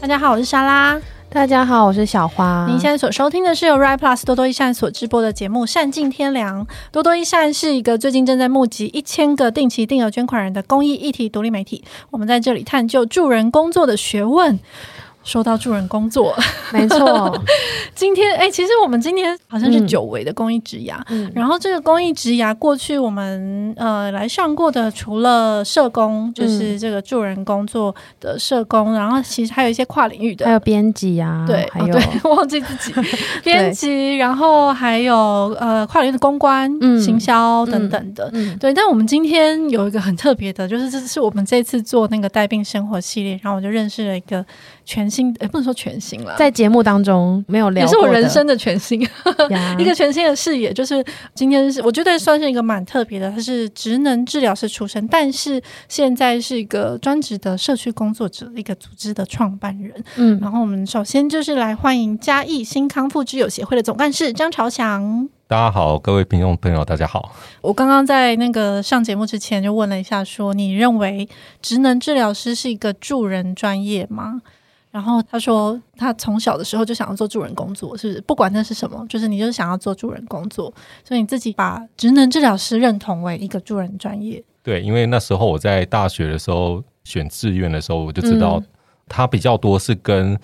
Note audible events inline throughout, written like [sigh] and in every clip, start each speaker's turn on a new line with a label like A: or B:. A: 大家好，我是莎拉。
B: 大家好，我是小花。
A: 您现在所收听的是由 Right Plus 多多益善所直播的节目《善尽天良》。多多益善是一个最近正在募集一千个定期定额捐款人的公益议题独立媒体。我们在这里探究助人工作的学问。说到助人工作， [laughs]
B: 没 [laughs] 错，
A: 今天哎、其实我们今天好像是
B: 嗯
A: 久违的公益职涯。
B: 嗯
A: 然后这个公益职涯，过去我们呃来上过的，除了社工，
B: 嗯
A: 就是这个助人工作的社工，然后其实还有一些跨领域的
B: 还，有编辑啊，
A: 对，
B: 还有、
A: 哦、对， [laughs] 忘记自
B: [laughs]
A: 己编辑，然后还有呃跨领域的公关、
B: 嗯
A: 行销等等的。
B: 嗯，
A: 对，但我们今天有一个很特别的，就是这是我们这次做那个带病生活系列，然后我就认识了一个全新，也不能说全新了，
B: 在节目当中没有聊
A: 也
B: 过
A: 是
B: 的，啊
A: 我人生的全新，
B: 呀
A: 一个全新的视野。就是今天是我觉得算是一个蛮特别的，他是职能治疗师出身，但是现在是一个专职的社区工作者，一个组织的创办人。
B: 嗯
A: 然后我们首先就是来欢迎嘉义新康复之友协会的总干事张朝祥。
C: 大家好，各位听众朋友，大家好。
A: 我刚刚在那个上节目之前就问了一下说，你认为职能治疗师是一个助人专业吗？然后他说，他从小的时候就想要做助人工作，是不是？不管那是什么，就是你就是想要做助人工作，所以你自己把职能治疗师认同为一个助人专业。
C: 对，因为那时候我在大学的时候选志愿的时候，我就知道
B: 嗯
C: 它比较多是跟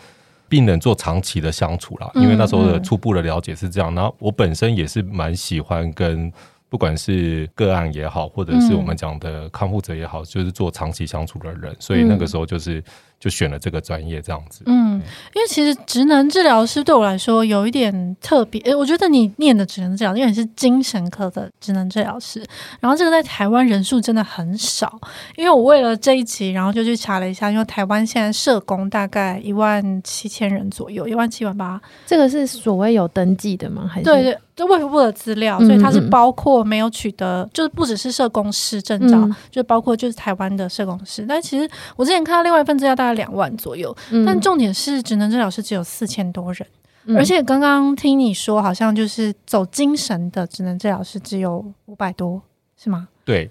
C: 病人做长期的相处啦。
A: 嗯
C: 因为那时候的
A: 嗯
C: 初步的了解是这样，然后我本身也是蛮喜欢跟不管是个案也好，或者是
A: 嗯
C: 我们讲的康复者也好，就是做长期相处的人，所以那个时候就是就选了这个专业这样子。
A: 嗯，因为其实职能治疗师对我来说有一点特别，呃我觉得你念的职能治疗，因为你是精神科的职能治疗师，然后这个在台湾人数真的很少，因为我为了这一集，然后就去查了一下，因为台湾现在社工大概一万七千人左右，一万七万八，
B: 这个是所谓有登记的吗？还是
A: 对对，就卫福部的资料，
B: 嗯
A: 所以它是
B: 嗯
A: 包括没有取得，就是不只是社工师证照，
B: 嗯
A: 就包括就是台湾的社工师，但其实我之前看到另外一份资料大概两万左右，
B: 嗯
A: 但重点是，职能治疗师只有四千多人，
B: 嗯
A: 而且刚刚听你说，好像就是走精神的职能治疗师只有五百多，是吗？
C: 对，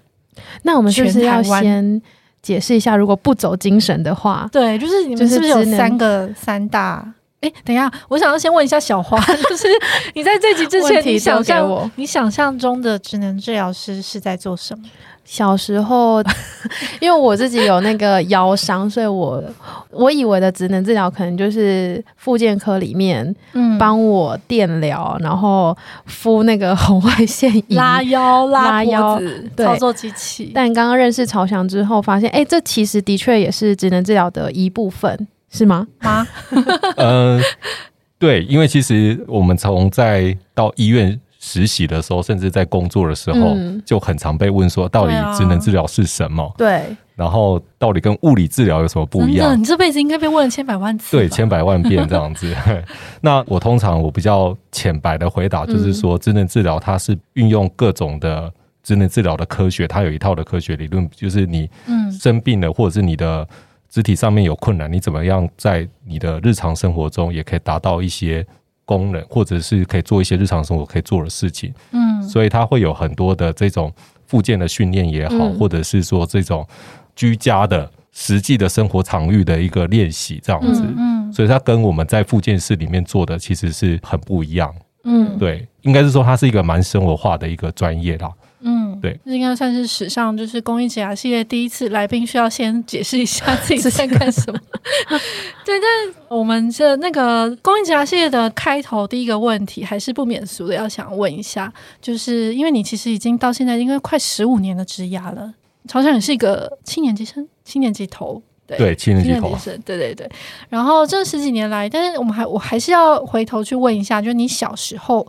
B: 那我们是不是
A: 全台
B: 要
A: 湾
B: 先解释一下，如果不走精神的话，
A: 对，就是你
B: 就
A: 们
B: 是
A: 是不是有
B: 职能
A: 三个三大？哎，等一下，我想要先问一下小
B: [laughs]
A: 花， [laughs] 就是你在这集之前
B: 问，题
A: 你想
B: 丢给
A: 象
B: 我
A: 你想象中的职能治疗师是在做什么？
B: 小时候， [laughs] 因为我自己有那个腰伤，所以我我以为的职能治疗可能就是复健科里面
A: 嗯
B: 帮我电疗，然后敷那个红外线仪
A: 拉腰、拉
B: 拉腰
A: 脖子、
B: 对
A: 操作机器。
B: [laughs] 但刚刚认识朝翔之后，发现哎、诶这其实的确也是职能治疗的一部分，是吗？
A: 吗？
C: 嗯，对，因为其实我们从在到医院实习的时候，甚至在工作的时候，
B: 嗯
C: 就很常被问说，到
A: 对啊
C: 底职能治疗是什么？
B: 对，
C: 然后到底跟物理治疗有什么不
A: 真
C: 一
A: 的，
C: 样？
A: 你这辈子应该被问了千百万次吧。
C: 对，千百万遍这样子。 [laughs] 那我通常我比较浅白的回答
A: 嗯
C: 就是说，职能治疗它是运用各种的职能治疗的科学，它有一套的科学理论，就是你
A: 嗯
C: 生病了，或者是你的肢体上面有困难，你怎么样在你的日常生活中也可以达到一些功能，或者是可以做一些日常生活可以做的事情。
A: 嗯
C: 所以它会有很多的这种附件的训练也好，
B: 嗯
C: 或者是说这种居家的实际的生活场域的一个练习这样子。
B: 嗯
A: 嗯
C: 所以它跟我们在附件室里面做的其实是很不一样，
A: 嗯，
C: 对，应该是说它是一个蛮生活化的一个专业啦。
A: 嗯，
C: 对，
A: 这应该算是史上就是公益解答系列第一次来宾需要先解释一下自己是在干
C: [laughs]
A: 什么。 [laughs] 对，但我们这那个公益解答系列的开头第一个问题还是不免俗的，要想问一下，就是因为你其实已经到现在应该快十五年的职涯了，朝向你是一个七年级生，七年级头。对
C: 对，七年
A: 七
C: 级
A: 年
C: 头啊
A: 级，生，对对对。然后这十几年来，但是我们还我还是要回头去问一下，就是你小时候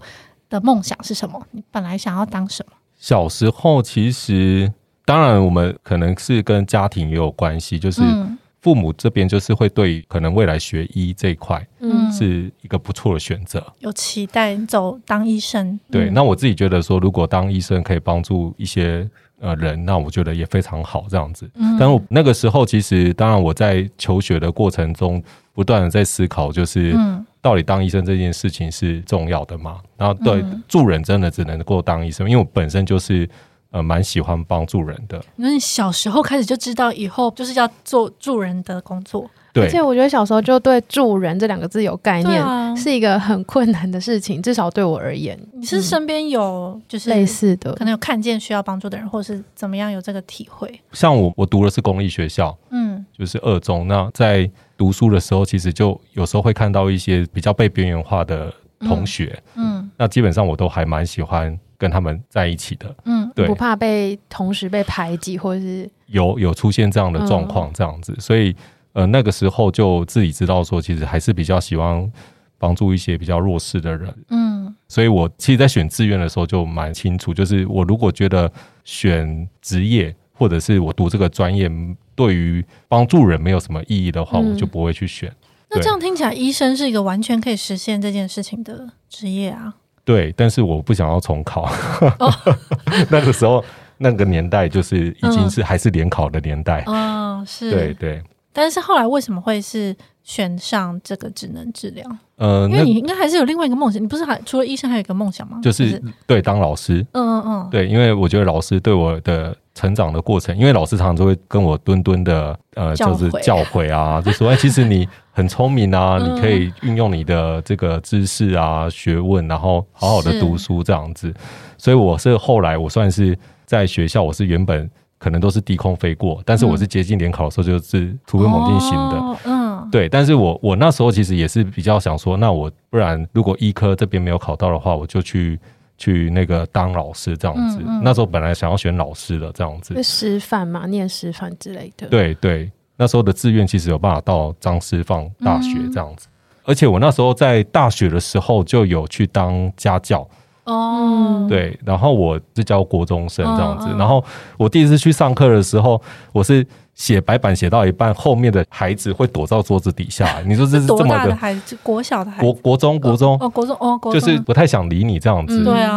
A: 的梦想是什么？你本来想要当什么？
C: 小时候其实，当然我们可能是跟家庭也有关系，就是
A: 嗯
C: 父母这边就是会对可能未来学医这一块
A: 嗯
C: 是一个不错的选择。
A: 有期待走当医生。
C: 对，
B: 嗯
C: 那我自己觉得说，如果当医生可以帮助一些呃人，那我觉得也非常好这样子。
A: 嗯
C: 但我那个时候其实，当然我在求学的过程中，不断的在思考，就是
A: 嗯
C: 到底当医生这件事情是重要的吗？然后对、
A: 嗯
C: 助人真的只能够当医生，因为我本身就是呃蛮喜欢帮助人的，
A: 你说你小时候开始就知道以后就是要做助人的工作，
C: 对
B: 而且我觉得小时候就对“助人”这两个字有概
A: 对
B: 念，
A: 啊
B: 是一个很困难的事情，至少对我而言，
A: 你是身边有就是
B: 类似的
A: 可。能有看见需要帮助的人，或是怎么样有这个体会？
C: 像我我读的是公立学校，
A: 嗯
C: 就是二中，那在读书的时候，其实就有时候会看到一些比较被边缘化的同学，
A: 嗯
C: 那基本上我都还蛮喜欢跟他们在一起的。
A: 嗯，
C: 对
B: 不，怕被同时被排挤，或者是
C: 有有出现这样的状况，这样子，所以呃那个时候就自己知道说，其实还是比较喜欢帮助一些比较弱势的人。
A: 嗯
C: 所以我其实，在选志愿的时候就蛮清楚，就是我如果觉得选职业或者是我读这个专业对于帮助人没有什么意义的话，
B: 嗯
C: 我就不会去选。
A: 那
C: 对
A: 这样听起来，医生是一个完全可以实现这件事情的职业啊。
C: 对，但是我不想要重考。
A: 哦
C: [laughs] 那个时候，那个年代就是已经是、还是联考的年代。
A: 嗯、是。
C: 对。对，
A: 但是后来为什么会是选上这个职能治疗？
C: 呃，
A: 因为
C: 那
A: 你应该还是有另外一个梦想，你不是还除了医生还有一个梦想吗？
C: 就是对当老师，
A: 嗯嗯嗯，
C: 对，因为我觉得老师对我的成长的过程，因为老师常常就会跟我敦敦的呃，
A: 教
C: 就是
A: 诲
C: 教诲啊，就说哎，其实你很聪明啊，
A: 嗯
C: 你可以运用你的这个知识啊、学问，然后好好的
A: 是
C: 读书这样子。所以我是后来我算是在学校，我是原本。可能都是低空飞过，但是我是接近联考的时候就是突飞猛进型的，
A: 嗯哦嗯，
C: 对，但是我我那时候其实也是比较想说，那我不然如果医科这边没有考到的话，我就去去那个当老师这样子。
A: 嗯嗯
C: 那时候本来想要选老师的这样子
B: 就，师范嘛，念师范之类的。，
C: 对对，那时候的志愿其实有办法到张师范大学
A: 嗯
C: 这样子。而且我那时候在大学的时候就有去当家教，
A: 哦，
B: 嗯
C: 对，然后我是教国中生这样子。
A: 嗯嗯
C: 然后我第一次去上课的时候，我是写白板写到一半，后面的孩子会躲到桌子底下，你说这是这
A: 多
C: 么
A: 大的
C: 的
A: 孩子？国小的孩
C: 国
A: 子？
C: 国中国中
A: 哦，国中哦，国
C: 就
A: 中
C: 是不太想理你这样子，
B: 嗯
A: 对啊，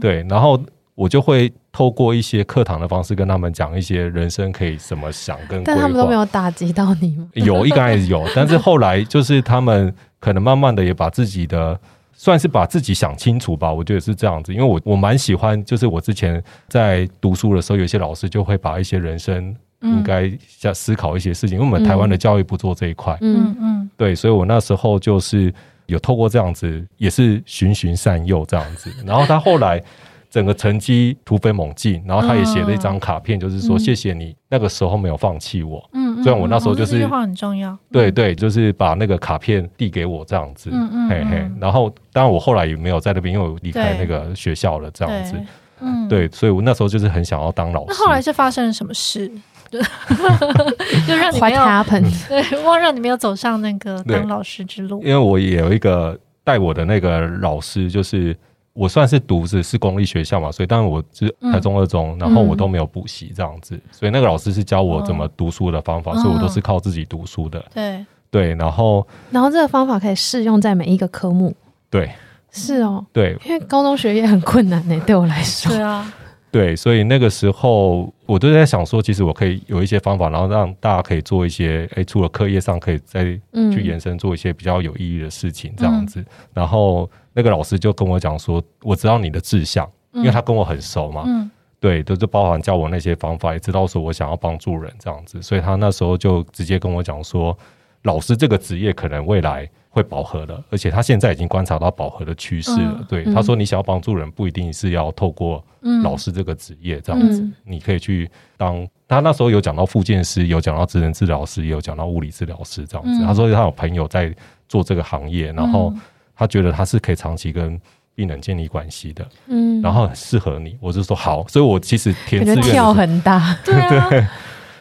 C: 对对，然后我就会透过一些课堂的方式跟他们讲一些人生可以怎么想跟规
B: 但他们都没
C: 划。
B: 有打击到你吗？
C: 有一刚开始
B: [laughs]
C: 有，但是后来就是他们可能慢慢的也把自己的。算是把自己想清楚吧，我觉得是这样子，因为我我蛮喜欢，就是我之前在读书的时候，有一些老师就会把一些人生
A: 嗯
B: 嗯
C: 应该想思考一些事情，因为我们台湾的教育不做这一块，
B: 嗯
A: 嗯嗯
C: 对，所以我那时候就是有透过这样子，也是循循善诱这样子。然后他后来整个成绩突飞猛进，然后他也写了一张卡片，就是说
A: 嗯
C: 谢谢你那个时候没有放弃我。
A: 嗯嗯。
C: 虽然我那时
A: 嗯
C: 候
A: 嗯
C: 就是
A: 这句话很重要，
C: 对
A: 嗯，
C: 对，就是把那个卡片递给我这样子。
A: 嗯嗯
C: 嘿嘿
A: 嗯，
C: 然后当然我后来也没有在那边，因为我离开那
A: 对
C: 个学校了这样子哎
A: 对。，嗯，
C: 对，所以我那时候就是很想要当老
A: 那
C: 师。
A: 后来是发生了什么
B: [laughs]
A: 事？就就让你没
B: What
A: 有
B: happened？
A: [laughs]
B: [laughs]
A: 对，忘让你没有走上那个
C: 对
A: 当老师之路
C: 因。为我也有一个带我的那个老师，就是我算是读的是公立学校嘛，所以当然我是台中二中，然后我都没有补习这样子，所以那个老师是教我怎么读书的方法，
A: 哦
C: 所以我都是靠自己读书的。
A: 对，
C: 对，然后
B: 然后这个方法可以适用在每一个科目。
C: 对
B: 是哦，
C: 对
B: 因为高中学业很困难呢、
C: [laughs]
B: 对我来说。
A: 对啊，
C: 对，所以那个时候我都在想说，其实我可以有一些方法，然后让大家可以做一些，哎，除了课业上可以再
B: 嗯
C: 去延伸做一些比较有意义的事情这样子。然后那个老师就跟我讲说，我知道你的志向， [laughs] 因为他跟我很熟嘛，
A: 嗯
C: 对，都是包含教我那些方法，也知道说我想要帮助人这样子，所以他那时候就直接跟我讲说，老师这个职业可能未来会饱和了，而且他现在已经观察到饱和的趋势了。
A: 嗯
C: 对，
B: 嗯
C: 他说你想要帮助人，不一定是要透过
A: 嗯，
C: 老师这个职业这样子，
B: 嗯
C: 你可以去当。他那时候有讲到复健师，有讲到职能治疗师，也有讲到物理治疗师这样子。
A: 嗯
C: 他说他有朋友在做这个行业，然后他觉得他是可以长期跟病人建立关系的。
B: 嗯
C: 然后很适合你，我就说好，所以我其实填
B: 感觉
C: 志愿的时
B: 跳
C: 候，
B: 很大，
A: 对
C: [laughs]
A: 啊，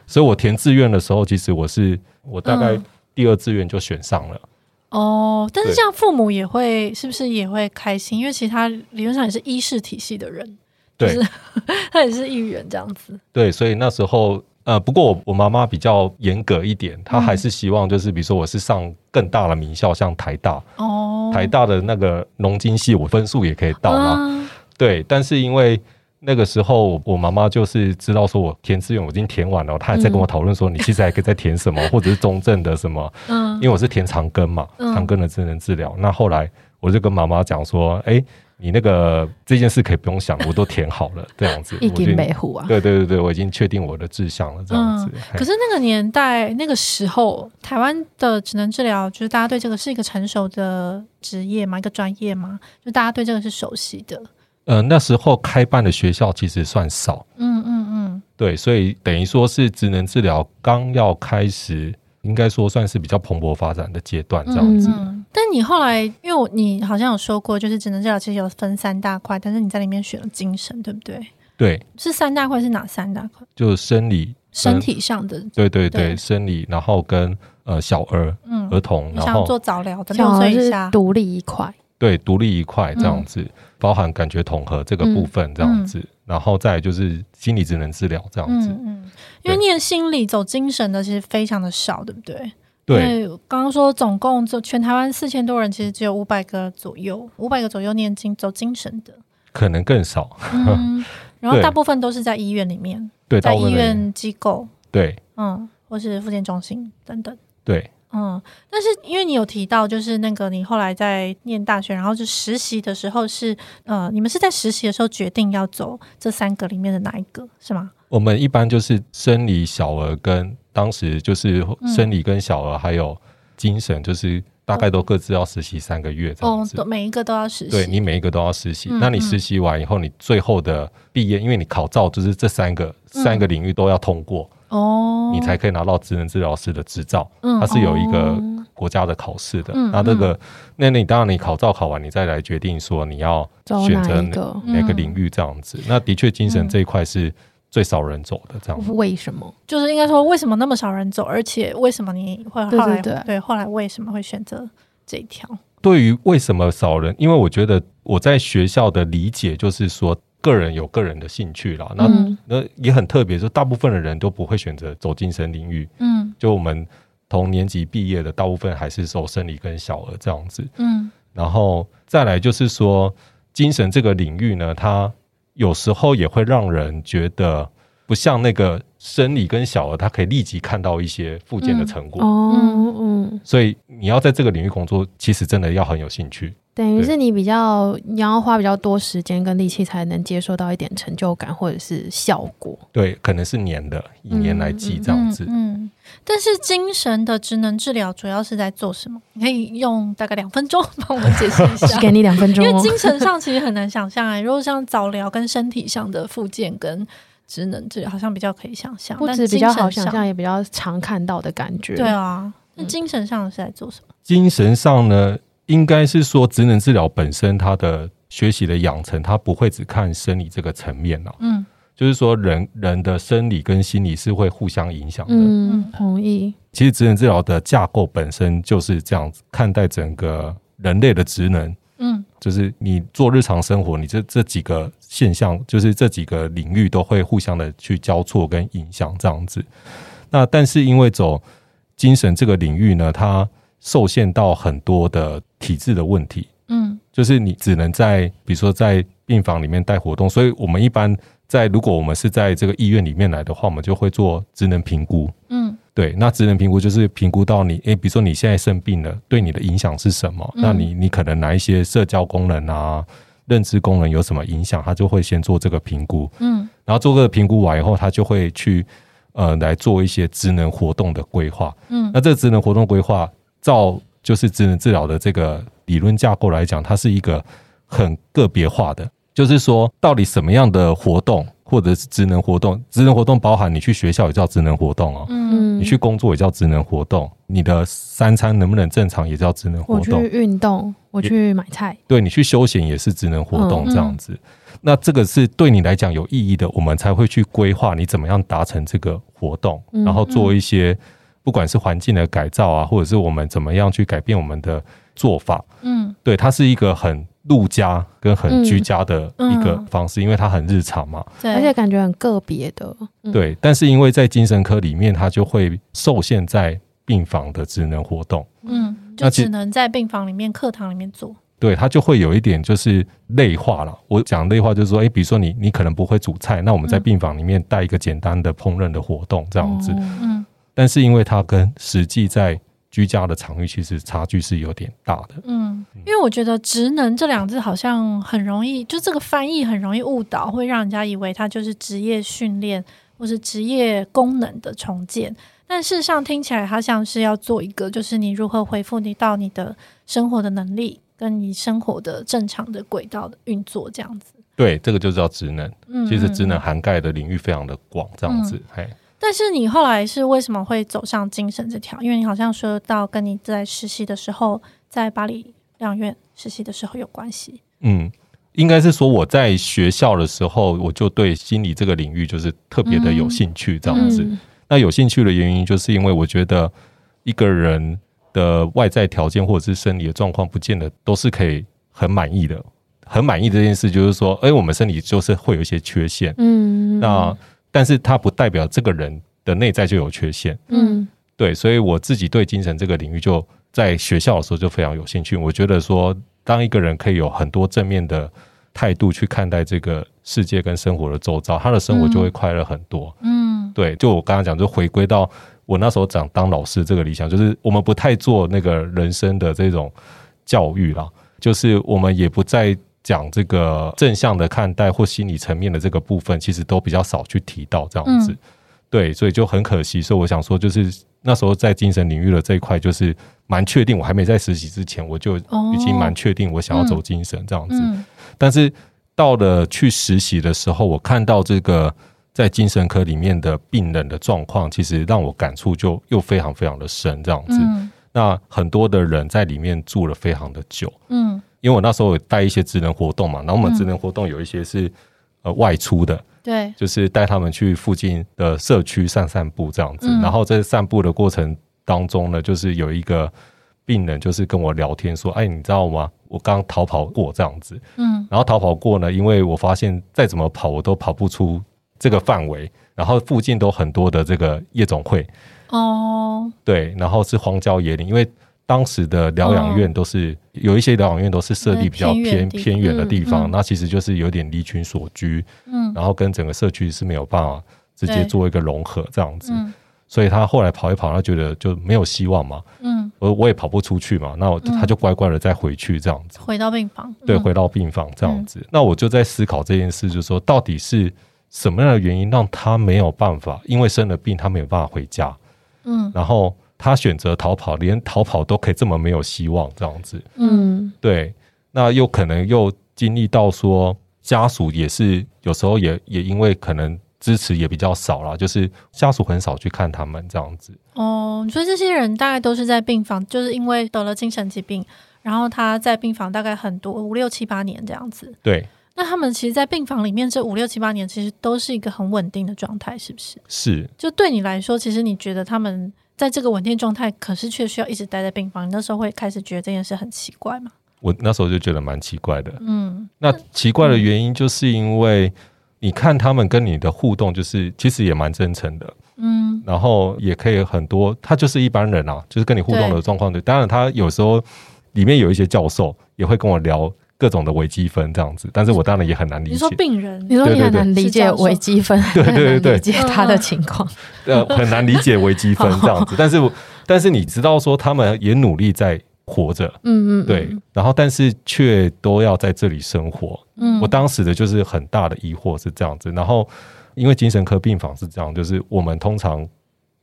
C: 所以我填志愿的时候，其实我是我大概
A: 嗯
C: 第二志愿就选上了，
A: 哦，但是
C: 对
A: 这样父母也会是不是也会开心？因为其他理论上也是医师体系的人， [laughs]
C: 对、
A: 就是他也是议员这样子。
C: 对，所以那时候呃，不过我我妈妈比较严格一点，她还是希望就是比如说我是上更大的名校，像台大，
A: 哦，
C: 台大的那个农经系我分数也可以到嘛，
A: 啊
C: 对，但是因为那个时候，我妈妈就是知道说我填志愿我已经填完了，她还在跟我讨论说你其实还可以再填什么，或者是中正的什么，
A: 嗯
C: 因为我是填长庚嘛，
A: 嗯
C: 长庚的智能治疗。那后来我就跟妈妈讲说，哎、你那个这件事可以不用想，我都填好了，这
A: [laughs]
C: 样子，
B: 一
C: 我就
B: 斤北虎啊，
C: 对对对对，我已经确定我的志向了，这样子。嘿
A: 嗯可是那个年代、那个时候，台湾的职能治疗，就是大家对这个是一个成熟的职业嘛，一个专业嘛，就大家对这个是熟悉的。
C: 呃，那时候开办的学校其实算少，
A: 嗯嗯
C: 对，所以等于说是职能治疗刚要开始，应该说算是比较蓬勃发展的阶段，这样
A: 嗯
C: 子。
A: 嗯。但你后来，因为我你好像有说过，就是职能治疗其实有分三大块，但是你在里面选了精神，对不对？
C: 对，
A: 是三大块是哪三大块？
C: 就是生理，
A: 身体上的，
C: 对对对，
A: 对
C: 生理，然后跟呃小儿、
A: 嗯，
C: 儿童，
A: 你
C: 然
A: 想
C: 后
A: 做早疗的
B: 小
A: 六岁
B: 孩
A: 以
B: 是
A: 下，
B: 独立一块，
C: 对独立一块这样子，
A: 嗯
C: 包含感觉统合这个部分这样子，然后再来就是心理职能治疗这样子。
A: 嗯嗯，因为念心理走精神的其实非常的少，对不对？
C: 对，
A: 因为刚刚说总共就全台湾四千多人，其实只有五百个左右，五百个左右念经走精神的，
C: 可能更少，
A: 嗯， [laughs] 然后
C: 对
A: 大部分都是在医院里面，
C: 对，
A: 在
C: 大
A: 医
C: 部分的人
A: 院机构，
C: 对
A: 嗯，或是复健中心等等。
C: 对
A: 嗯，但是因为你有提到，就是那个你后来在念大学，然后就实习的时候是，呃，你们是在实习的时候决定要走这三个里面的哪一个是吗？
C: 我们一般就是生理小儿跟当时就是生理跟小儿还有精神，就是大概都各自要实习三个月这样
A: 哦，
C: 子。
A: 都每一个都要实习。
C: 对你每一个都要实习，
A: 嗯
C: 那你实习完以后，你最后的毕业，因为你考照就是这三个三个领域都要通过，
A: 嗯哦，
C: 你才可以拿到职能治疗师的执照。
A: 嗯
C: 它是有一个
B: 哦
C: 国家的考试的。
A: 嗯
C: 那这个，那你当然你考照考完，你再来决定说你要
B: 走
C: 选
B: 哪
C: 择
B: 一
C: 哪
B: 个？
C: 哪个领域这样子。那的确，精神这一块是最少人走的这样子。
B: 为什么？
A: 就是应该说，为什么那么少人走，而且为什么你会后
B: 对
A: 来
B: 对对
A: 后来为什么会选择这一条？
C: 对于为什么少人，因为我觉得我在学校的理解就是说，个人有个人的兴趣啦。那
A: 嗯
C: 那也很特别，就大部分的人都不会选择走精神领域。
A: 嗯
C: 就我们同年级毕业的，大部分还是走生理跟小儿这样子。
A: 嗯
C: 然后再来就是说，精神这个领域呢，它有时候也会让人觉得不像那个生理跟小儿，它可以立即看到一些附件的成果。
B: 哦，
A: 嗯
B: 嗯，
C: 所以你要在这个领域工作，其实真的要很有兴趣。
B: 等于
C: 对
B: 是你比较，你要花比较多时间跟力气才能接受到一点成就感或者是效
C: [laughs]
B: 果。
C: 对，可能是年的，以年来计这样子。
A: 嗯嗯但是精神的职能治疗主要是在做什么？你可以用大概两分钟 [laughs] 帮我们解释一 [laughs]
B: 只
A: 下。
B: 给你两分
A: 因
B: 钟
A: 为
B: 哦。
A: 精神上其实很难想象哎、 [laughs] 如果像早疗跟身体上的复健跟职能治疗，好像比较可以想象，
B: [laughs] 不
A: 但
B: 止比
A: 精
B: 较
A: 神
B: 好想
A: 上
B: 象，也比较常看到的感觉。
A: 对啊，那
B: 嗯
A: 精神上是在做什么？
C: 精神上呢，应该是说职能治疗本身它的学习的养成，它不会只看生理这个层面哦、
A: 嗯
C: 就是说人人的生理跟心理是会互相影响的。
B: 嗯，同意。
C: 其实职能治疗的架构本身就是这样子看待整个人类的职能，
A: 嗯
C: 就是你做日常生活，你这这几个现象，就是这几个领域都会互相的去交错跟影响这样子。那但是因为走精神这个领域呢，它受限到很多的体制的问题，
A: 嗯
C: 就是你只能在比如说在病房里面带活动，所以我们一般在如果我们是在这个医院里面来的话，我们就会做职能评估。
A: 嗯
C: 对，那职能评估就是评估到你，诶、比如说你现在生病了，对你的影响是什么？
A: 嗯
C: 那你你可能哪一些社交功能啊、认知功能有什么影响？他就会先做这个评估，
A: 嗯
C: 然后做这个评估完以后，他就会去呃来做一些职能活动的规划。
A: 嗯
C: 那这个职能活动规划，照就是职能治疗的这个理论架构来讲，它是一个很个别化的，就是说到底什么样的活动或者是职能活动，职能活动包含你去学校也叫职能活动哦。
A: 嗯
B: 嗯，
C: 你去工作也叫职能活动，你的三餐能不能正常也叫职能活
B: 我去
C: 动，
B: 运动，我去买菜。
C: 对你去休闲也是职能活动
A: 嗯
C: 这样子。那这个是对你来讲有意义的，我们才会去规划你怎么样达成这个活动，
B: 嗯
C: 然后做一些不管是环境的改造啊，或者是我们怎么样去改变我们的做法。
A: 嗯
C: 对，它是一个很陆家跟很居家的一个
A: 嗯
C: 方式，因为它很日常嘛。
A: 对，
B: 而且感觉很个别的，嗯
C: 对，但是因为在精神科里面，它就会受限在病房的职能活动。
A: 嗯，
C: 那
A: 就
C: 其
A: 只能在病房里面、课堂里面做。
C: 对他就会有一点就是类化了。我讲类化就是说，诶，比如说你你可能不会煮菜，那我们在
A: 嗯
C: 病房里面带一个简单的烹饪的活动这样子。
B: 哦
A: 嗯，
C: 但是因为它跟实际在居家的场域其实差距是有点大的。
A: 嗯，因为我觉得“职能”这两个字好像很容易，就这个翻译很容易误导，会让人家以为它就是职业训练或是职业功能的重建。但事实上听起来，它像是要做一个，就是你如何回复你到你的生活的能力，跟你生活的正常的轨道的运作这样子。
C: 对，这个就叫职能。
A: 嗯，
C: 其实
A: 嗯
C: 职能
A: 嗯
C: 涵盖的领域非常的广，这样子。嘿，
A: 但是你后来是为什么会走上精神这条？因为你好像说到跟你在实习的时候，在巴黎两院实习的时候有关系。
C: 嗯，应该是说我在学校的时候，我就对心理这个领域就是特别的有兴趣，这样子。
B: 嗯
C: 那有兴趣的原因，就是因为我觉得一个人的外在条件或者是生理的状况，不见得都是可以很满意的。很满意这件事，就是说，哎、我们身体就是会有一些缺陷，
B: 嗯
C: 那但是它不代表这个人的内在就有缺陷。
B: 嗯
C: 对，所以我自己对精神这个领域就在学校的时候就非常有兴趣。我觉得说，当一个人可以有很多正面的态度去看待这个世界跟生活的周遭，他的生活就会快乐很多。
A: 嗯
C: 对，就我刚刚讲，就回归到我那时候讲当老师这个理想，就是我们不太做那个人生的这种教育啦，就是我们也不再。讲这个正向的看待或心理层面的这个部分，其实都比较少去提到这样子。
A: 嗯
C: 对，所以就很可惜。所以我想说，就是那时候在精神领域的这一块，就是蛮确定。我还没在实习之前，我就
A: 哦
C: 已经蛮确定我想要走精神这样子。
A: 嗯
C: 但是到了去实习的时候，我看到这个在精神科里面的病人的状况，其实让我感触就又非常非常的深这样子。
A: 嗯
C: 那很多的人在里面住了非常的久，
A: 嗯，
C: 因为我那时候有带一些职能活动嘛，然后我们职能活动有一些是、呃外出的，
A: 对，
C: 就是带他们去附近的社区散散步这样子。
A: 嗯
C: 然后在散步的过程当中呢，就是有一个病人就是跟我聊天说：“哎，你知道吗？我刚逃跑过这样子。
A: 嗯
C: 然后逃跑过呢，因为我发现再怎么跑我都跑不出这个范围。然后附近都很多的这个夜总会，
A: 哦，
C: 对，然后是荒郊野岭，因为。”当时的疗养院都是、有一些疗养院都是设立比较
A: 嗯偏远
C: 偏
A: 地
C: 偏远的
A: 嗯
C: 地方，
A: 嗯
C: 那其实就是有点离群所居，
A: 嗯
C: 然后跟整个社区是没有办法直接
A: 对
C: 做一个融合这样子，
A: 嗯
C: 所以他后来跑一跑，他觉得就没有希望嘛，
A: 嗯，
C: 我我也跑不出去嘛，那我就
A: 嗯
C: 他就乖乖的再回去这样子，
A: 回到病房，
C: 对，
A: 嗯
C: 回到病房这样子。那我就在思考这件事，就是说到底是什么样的原因让他没有办法，因为生了病他没有办法回家，
A: 嗯
C: 然后他选择逃跑，连逃跑都可以这么没有希望这样子，
A: 嗯
C: 对，那又可能又经历到说家属也是有时候也也因为可能支持也比较少啦，就是家属很少去看他们这样子。
A: 哦，所以这些人大概都是在病房，就是因为得了精神疾病，然后他在病房大概很多五六七八年这样子。
C: 对，
A: 那他们其实，在病房里面这五六七八年，其实都是一个很稳定的状态，是不是？
C: 是
A: 就对你来说，其实你觉得他们在这个稳定状态，可是却需要一直待在病房，你那时候会开始觉得这件事很奇怪嘛？
C: 我那时候就觉得蛮奇怪的。
A: 嗯
C: 那奇怪的原因就是因为你看他们跟你的互动，就是其实也蛮真诚的，
A: 嗯
C: 然后也可以很多，他就是一般人啊，就是跟你互动的
A: 对
C: 状况对。当然，他有时候里面有一些教授也会跟我聊各种的微积分这样子，但是我当然也很难理
A: 你
C: 解
A: 说。病人，
B: 你说你很难理
A: 对
B: 解
A: 对对
B: 微积分，
C: 对对对
B: 很难
C: 对
B: 理解他的情况，
C: 呃，很难理解微
A: [laughs]
C: 积分这样子。但是我，但是你知道说他们也努力在活着，
B: [laughs] 嗯嗯，嗯
C: 对，，然后但是却都要在这里生活。
A: 嗯，
C: 我当时的就是很大的疑惑是这样子。然后，因为精神科病房是这样，就是我们通常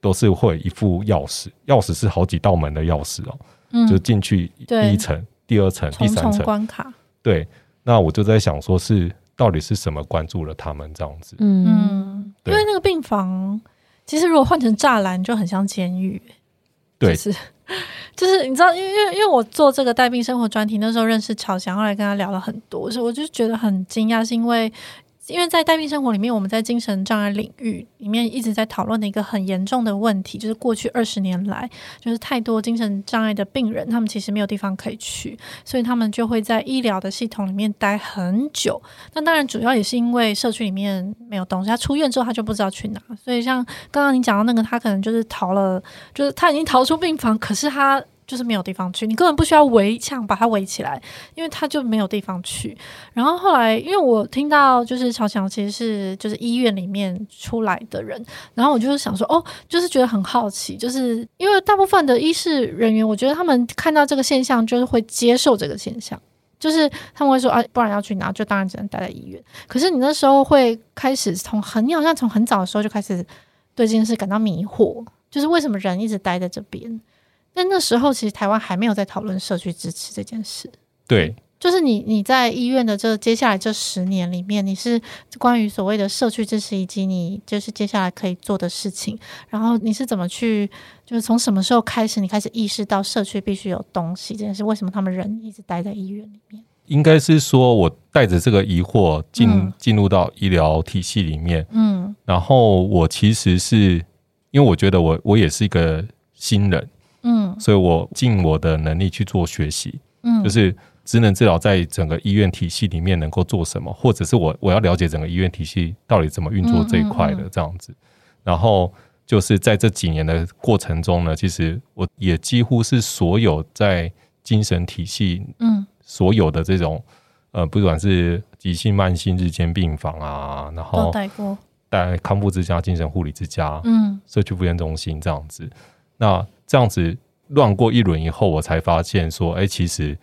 C: 都是会有一副钥匙，钥匙是好几道门的钥匙哦，
A: 嗯
C: 就进去第
A: 对
C: 一层、第二层、第
A: 重
C: 三
A: 重
C: 层。
A: 关卡，
C: 对，那我就在想说是到底是什么关注了他们这样子？
B: 嗯
A: 嗯，因
C: 对
A: 为那个病房，其实如果换成栅栏，就很像监狱。
B: 嗯
C: 对
A: 就是就是你知道，因为因为因为我做这个带病生活专题，那时候认识乔翔，后来跟他聊了很多，所以我就觉得很惊讶，是因为因为在带病生活里面，我们在精神障碍领域里面一直在讨论的一个很严重的问题，就是过去二十年来，就是太多精神障碍的病人，他们其实没有地方可以去，所以他们就会在医疗的系统里面待很久。那当然，主要也是因为社区里面没有东西，他出院之后他就不知道去哪。所以像刚刚你讲到那个，他可能就是逃了，就是他已经逃出病房，可是他就是没有地方去，你根本不需要围墙把它围起来，因为他就没有地方去。然后后来，因为我听到就是乔强其实是就是医院里面出来的人，然后我就是想说，哦，就是觉得很好奇，就是因为大部分的医事人员，我觉得他们看到这个现象，就是会接受这个现象。就是他们会说啊，不然要去哪？就当然只能待在医院。可是你那时候会开始从很，你好像从很早的时候就开始对这件事感到迷惑，就是为什么人一直待在这边？但那时候其实台湾还没有在讨论社区支持这件事。
C: 对，
A: 就是你你在医院的这接下来这十年里面，你是关于所谓的社区支持以及你就是接下来可以做的事情，然后你是怎么去，就是从什么时候开始你开始意识到社区必须有东西这件事？为什么他们人一直待在医院里面？
C: 应该是说我带着这个疑惑进
A: 嗯
C: 进入到医疗体系里面，
A: 嗯
C: 然后我其实是因为我觉得我我也是一个新人，
A: 嗯
C: 所以我尽我的能力去做学习，
A: 嗯，
C: 就是职能治疗在整个医院体系里面能够做什么，或者是我我要了解整个医院体系到底怎么运作这一块
A: 嗯嗯
C: 的这样子。然后就是在这几年的过程中呢，其实我也几乎是所有在精神体系
A: 嗯
C: 所有的这种呃，不管是急性、慢性、日间病房啊，然
A: 都
C: 后
A: 带过，
C: 带康复之家、精神护理之家，
A: 嗯
C: 社区复健中心这样子。那这样子乱过一轮以后，我才发现说，哎、其实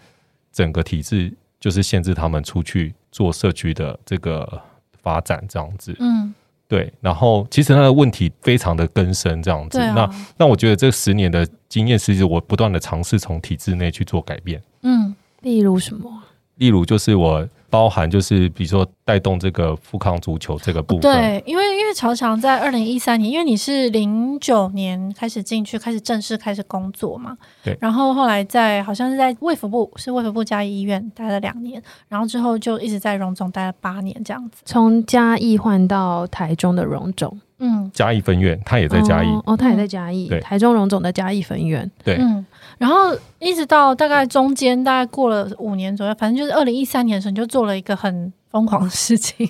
C: 整个体制就是限制他们出去做社区的这个发展这样子。
A: 嗯，
C: 对，然后其实他的问题非常的根深这样子。
A: 对啊
C: 那，那我觉得这十年的经验，其实我不断的尝试从体制内去做改变。
A: 嗯
B: 例如什么？
C: 例如，就是我包含就是比如说带动这个富康足球这个部分，
A: 对，因为因为乔强在二零一三年，因为你是零九年开始进去，开始正式开始工作嘛。
C: 对
A: 然后后来在好像是在卫福部，是卫福部加医院待了两年，然后之后就一直在荣总待了八年这样子。
B: 从嘉义换到台中的荣总，
A: 嗯
C: 嘉义分院，他也在嘉义，
B: 哦，哦他也在嘉义
C: 对，
B: 台中荣总的嘉义分院。
C: 对
A: 嗯，然后一直到大概中间大概过了五年左右，反正就是二零一三年的时候，你就做了一个很疯狂的事情，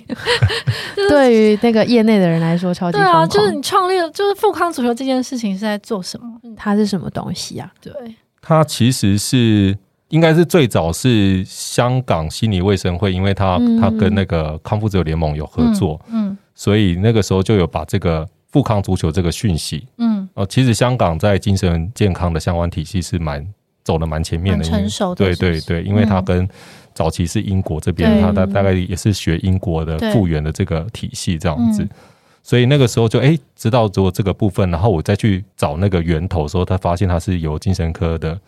B: 对于那个业内的人来说，超级
A: 对
B: 疯
A: 啊，
B: 狂。
A: 就是你创立了，就是富康足球这件事情是在做什么？
B: 它是什么东西啊？
A: 对，
C: 它其实是应该是最早是香港心理卫生会，因为它
B: 嗯
C: 它跟那个康复者联盟有合作，
A: 嗯
C: 所以那个时候就有把这个富康足球这个讯息
A: 嗯，
C: 哦，其实香港在精神健康的相关体系是蛮走的蛮前面的，
A: 蛮成熟的
C: 因为
A: 哦是不
C: 对对
A: 是嗯
C: 对，因为它跟早期是英国这边，
A: 对
C: 它大大概也是学英国的
A: 对
C: 复原的这个体系这样子
A: 嗯。
C: 所以那个时候就哎、知道做这个部分，然后我再去找那个源头的时候，他发现它是由精神科的，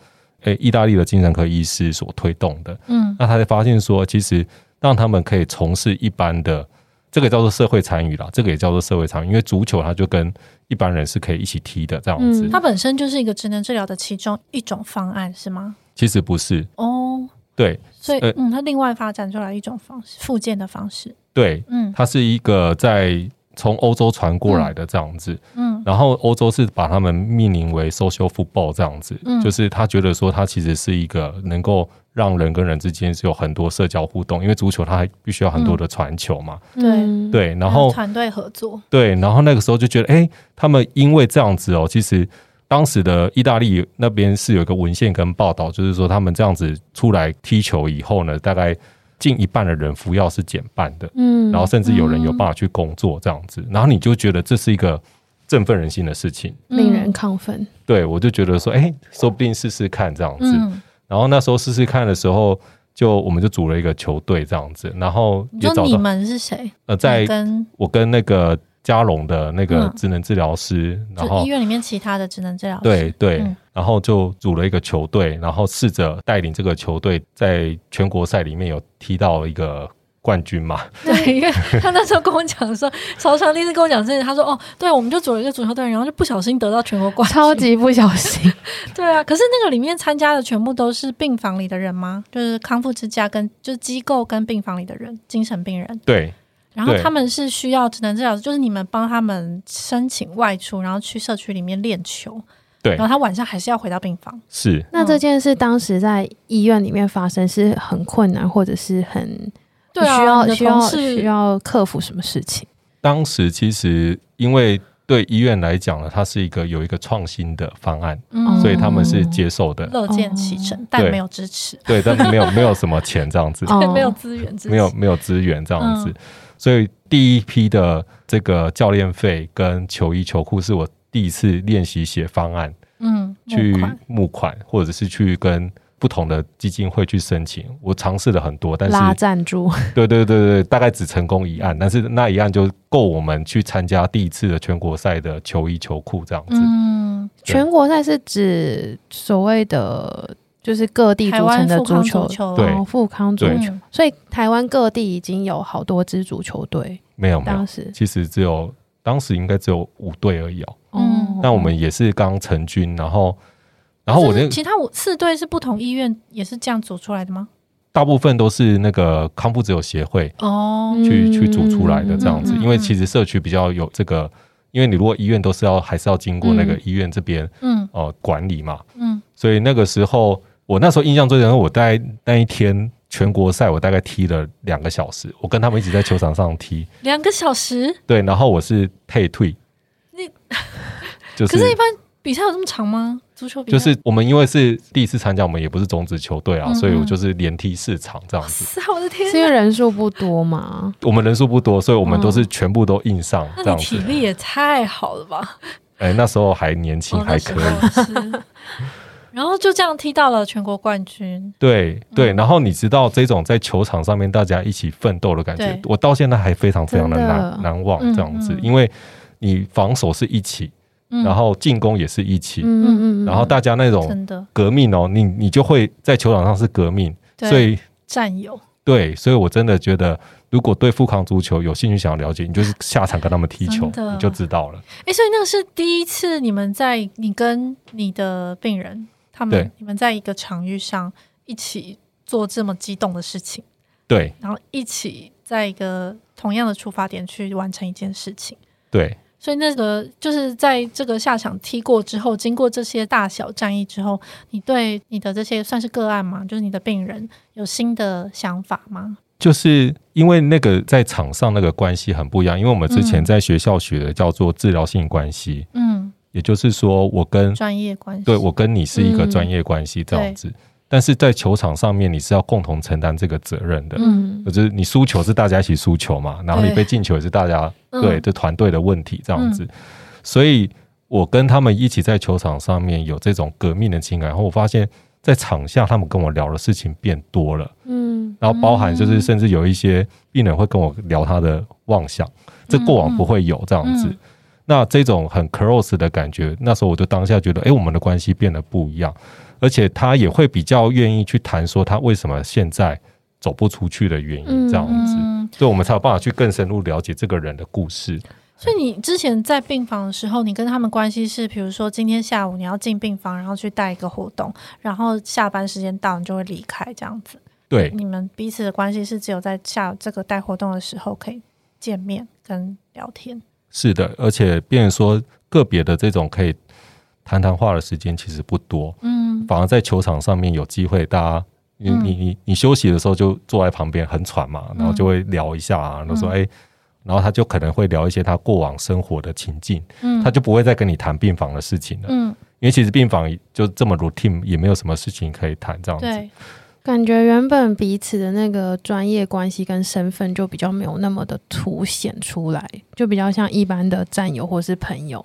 C: 哎、意大利的精神科医师所推动的。
A: 嗯
C: 那他才发现说，其实让他们可以从事一般的，这个叫做社会参与啦，这个也叫做社会参与，因为足球它就跟一般人是可以一起踢的这样子。
B: 嗯
A: 它本身就是一个职能治疗的其中一种方案，是吗？
C: 其实不是，
A: 哦，
C: 对
A: 所以、
C: 呃
A: 嗯，它另外发展出来一种方式，附件的方式，
C: 对，
A: 嗯
C: 它是一个在从欧洲传过来的这样子，
A: 嗯
C: 然后欧洲是把他们命名为 social football 这样子，
A: 嗯
C: 就是他觉得说它其实是一个能够让人跟人之间是有很多社交互动，因为足球它还必须要很多的传球嘛，
A: 嗯对
C: 对，然
A: 还有
C: 后
A: 团队合作，
C: 对，然后那个时候就觉得，哎、他们因为这样子哦，其实当时的意大利那边是有一个文献跟报道，就是说他们这样子出来踢球以后呢，大概近一半的人服药是减半的，
B: 嗯
C: 然后甚至有人有办法去工作这样子，然后你就觉得这是一个振奋人心的事情。
B: 令人亢奋。
C: 对我就觉得说，哎、说不定试试看这样子。
A: 嗯，
C: 然后那时候试试看的时候，就我们就组了一个球队这样子，然后
A: 你
C: 也
A: 说
C: 找
A: 你
C: 到
A: 们是谁？
C: 呃，在
A: 你跟
C: 我跟那个嘉荣的那个
A: 嗯
C: 职能治疗师，然
A: 就
C: 后
A: 医院里面其他的职能治疗师， [laughs]
C: 对对，
A: 嗯
C: 然后就组了一个球队，然后试着带领这个球队在全国赛里面有踢到一个冠军嘛。
A: 对，因为他那时候跟我讲说，曹翔第一次跟我讲这件事，他说哦，对，我们就组了一个足球队，然后就不小心得到全国冠军，
B: 超级不小心，
A: [laughs] 对啊，可是那个里面参加的全部都是病房里的人吗？就是康复之家跟就是机构跟病房里的人，精神病人。
C: 对
A: 然后
C: 对
A: 他们是需要职能治疗师，就是你们帮他们申请外出，然后去社区里面练球，
C: 对
A: 然后他晚上还是要回到病房。
C: 是，
B: 那
A: 嗯
B: 这件事当时在医院里面发生是很困难，或者是很
A: 对啊，
B: 需要
A: 你的
B: 需要
A: 同
B: 需
A: 事，
B: 要克服什么事情？
C: 当时其实因为对医院来讲呢，它是一个有一个创新的方案，
A: 嗯
C: 所以他们是接受的。
A: 乐见其成，但没有支持，
C: 对，但是没有没有什么钱这样子，
B: 哦
A: 没有资源支持，
C: 没有没有资源这样子
A: 嗯，
C: 所以第一批的这个教练费跟球衣球裤是我第一次练习写方案，
A: 嗯募
C: 去
A: 款
C: 募款，或者是去跟不同的基金会去申请。我尝试了很多，但
B: 拉
C: 是
B: 赞助，
C: 对对对对，大概只成功一案，但是那一案就够我们去参加第一次的全国赛的球衣球裤这样子。
A: 嗯，
B: [laughs]
C: 对
B: 全国赛是指所谓的就是各地
A: 台
B: 组成
A: 湾
B: 的
A: 富
B: 足
A: 康
B: 球
A: 足，球啊
C: 对
B: 哦，富康足
C: 对
B: 球，
A: 嗯
B: 所以台湾各地已经有好多支足球队，
C: 没有没有
B: 当，时，
C: 其实只有当时应该只有五队而已哦。
A: 嗯
C: 那我们也是刚成军，然后然后我
A: 就是
C: 那
A: 其他五四队是不同医院也是这样组出来的吗？
C: 大部分都是那个康复之友协会
A: 哦，
B: 嗯
C: 去去组出来的这样子
A: 嗯嗯，嗯
C: 因为其实社区比较有这个。因为你如果医院都是要还是要经过那个
B: 嗯
C: 医院这边
A: 嗯
C: 哦、呃管理嘛，
A: 嗯，
C: 所以那个时候，我那时候印象最深刻，我大概那一天全国赛，我大概踢了两个小时，我跟他们一起在球场上
A: [laughs]
C: 踢，
A: 两个小时，
C: 对，然后我是退退，
A: 你
C: [laughs] 就
A: 可
C: 是
A: 是，一般比赛有这么长吗？足球比赛
C: 就是我们因为是第一次参加，我们也不是种子球队啊，
A: 嗯嗯
C: 所以我就是连踢四场这样
A: 哇
C: 子。
A: 塞，啊我的天
B: 是因为人数不多嘛，
C: 我们人数不多，所以我们都是全部都硬上这
A: 嗯那
C: 样
A: 你体
C: 子。
A: 力也太好了吧？
C: 哎、那时候还年
A: 哦
C: 轻，还可以。
A: 以。
C: [laughs]
A: 然后就这样踢到了全国冠军，
C: 对对，
A: 嗯
C: 然后你知道这种在球场上面大家一起奋斗的感觉
A: 对，
C: 我到现在还非常非常的
B: 真的
C: 难难忘
A: 嗯
C: 这样子，
A: 嗯
C: 因为你防守是一起，
A: 嗯
C: 然后进攻也是一起，
B: 嗯嗯嗯，
C: 然后大家那种
A: 真的
C: 革命哦，你你就会在球场上是革命，
A: 对
C: 所以
A: 战友
C: 对，所以我真的觉得，如果对富康足球有兴趣想要了解，你就是下场跟他们踢球，
A: 真的
C: 你就知道了。
A: 哎，所以那个是第一次你们在你跟你的病人他们
C: 对
A: 你们在一个场域上一起做这么激动的事情，
C: 对
A: 然后一起在一个同样的出发点去完成一件事情。
C: 对
A: 所以那个就是在这个下场踢过之后，经过这些大小战役之后，你对你的这些算是个案吗？就是你的病人有新的想法吗？
C: 就是因为那个在场上那个关系很不一样，因为我们之前
A: 嗯
C: 在学校学的叫做治疗性关系，
A: 嗯，
C: 也就是说，我跟
A: 专业嗯关系。
C: 对我跟你是一个专业关系这样子，但是在球场上面你是要共同承担这个责任的。
B: 嗯
C: 就是你输球是大家一起输球嘛，然后你
A: 对
C: 被进球也是大家
A: 嗯
C: 对这团队的问题这样子，所以我跟他们一起在球场上面有这种革命的情感，然后我发现，在场下他们跟我聊的事情变多了，
B: 嗯
C: 然后包含就
A: 嗯
C: 是甚至有一些病人会跟我聊他的妄想，这过往不会有这样子。
A: 嗯
C: 那这种很 close 的感觉，那时候我就当下觉得，哎、我们的关系变得不一样，而且他也会比较愿意去谈说他为什么现在走不出去的原因，
B: 嗯
C: 这样子，
A: 嗯，
C: 所以我们才有办法去更深入了解这个人的故事。
A: 所以你之前在病房的时候，你跟他们关系是，比如说今天下午你要进病房，然后去带一个活动，然后下班时间到你就会离开这样子。
C: 对
A: 你们彼此的关系是只有在下这个带活动的时候可以见面跟聊天。
C: 是的，而且变成说个别的这种可以谈谈话的时间其实不多，
A: 嗯
C: 反而在球场上面有机会，大家你
A: 嗯
C: 你你你休息的时候就坐在旁边很喘嘛，然后就
A: 嗯
C: 会聊一下、啊，然后说哎、然后他就可能会聊一些他过往生活的情境，
A: 嗯
C: 他就不会再跟你谈病房的事情了，
A: 嗯，
C: 因为其实病房就这么 routine，也没有什么事情可以谈这样子。
A: 对，
B: 感觉原本彼此的那个专业关系跟身份就比较没有那么的凸显出来，就比较像一般的战友或是朋友，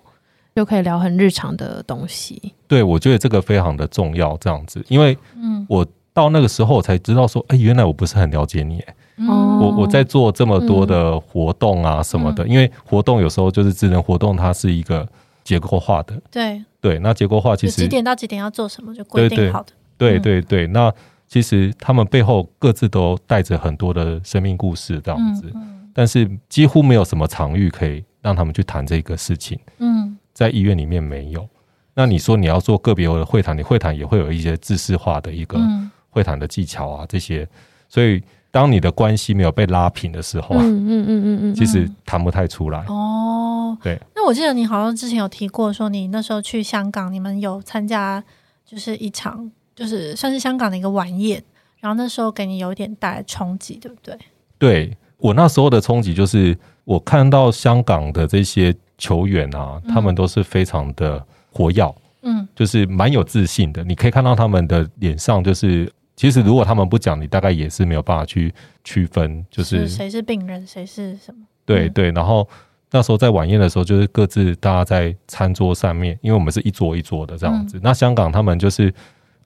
B: 就可以聊很日常的东西。
C: 对，我觉得这个非常的重要，这样子，因为
A: 嗯
C: 我到那个时候我才知道说，哎、原来我不是很了解你、哎
B: 哦
C: 我我在做这么多的
A: 嗯
C: 活动啊什么的，因为活动有时候就是智能活动，它是一个结构化的。
A: 对，
C: 对，那结构化其
A: 就
C: 实
A: 几点到几点要做什么就规
C: 对对
A: 定好的。
C: 对
A: 嗯
C: 对对，那其实他们背后各自都带着很多的生命故事这样子，
A: 嗯
C: 但是几乎没有什么场域可以让他们去谈这个事情，
A: 嗯
C: 在医院里面没有。那你说你要做个别的会谈，你会谈也会有一些知识化的一个
A: 嗯
C: 会谈的技巧啊这些，所以当你的关系没有被拉平的时候，啊，
B: 嗯嗯嗯嗯
C: 其实谈不太出来
A: 嗯，。哦，
C: 对。
A: 那我记得你好像之前有提过，说你那时候去香港，你们有参加就是一场，就是算是香港的一个晚宴，然后那时候给你有一点带来冲击，对不对？
C: 对我那时候的冲击就是，我看到香港的这些球员啊，
A: 嗯
C: 他们都是非常的活跃，
A: 嗯
C: 就是蛮有自信的。你可以看到他们的脸上，就是其实如果他们不讲，你大概也是没有办法去区分，就是
A: 谁是病人，谁是什么？
C: 对
A: 嗯
C: 对，然后那时候在晚宴的时候，就是各自大家在餐桌上面，因为我们是一桌一桌的这样子。那香港他们就是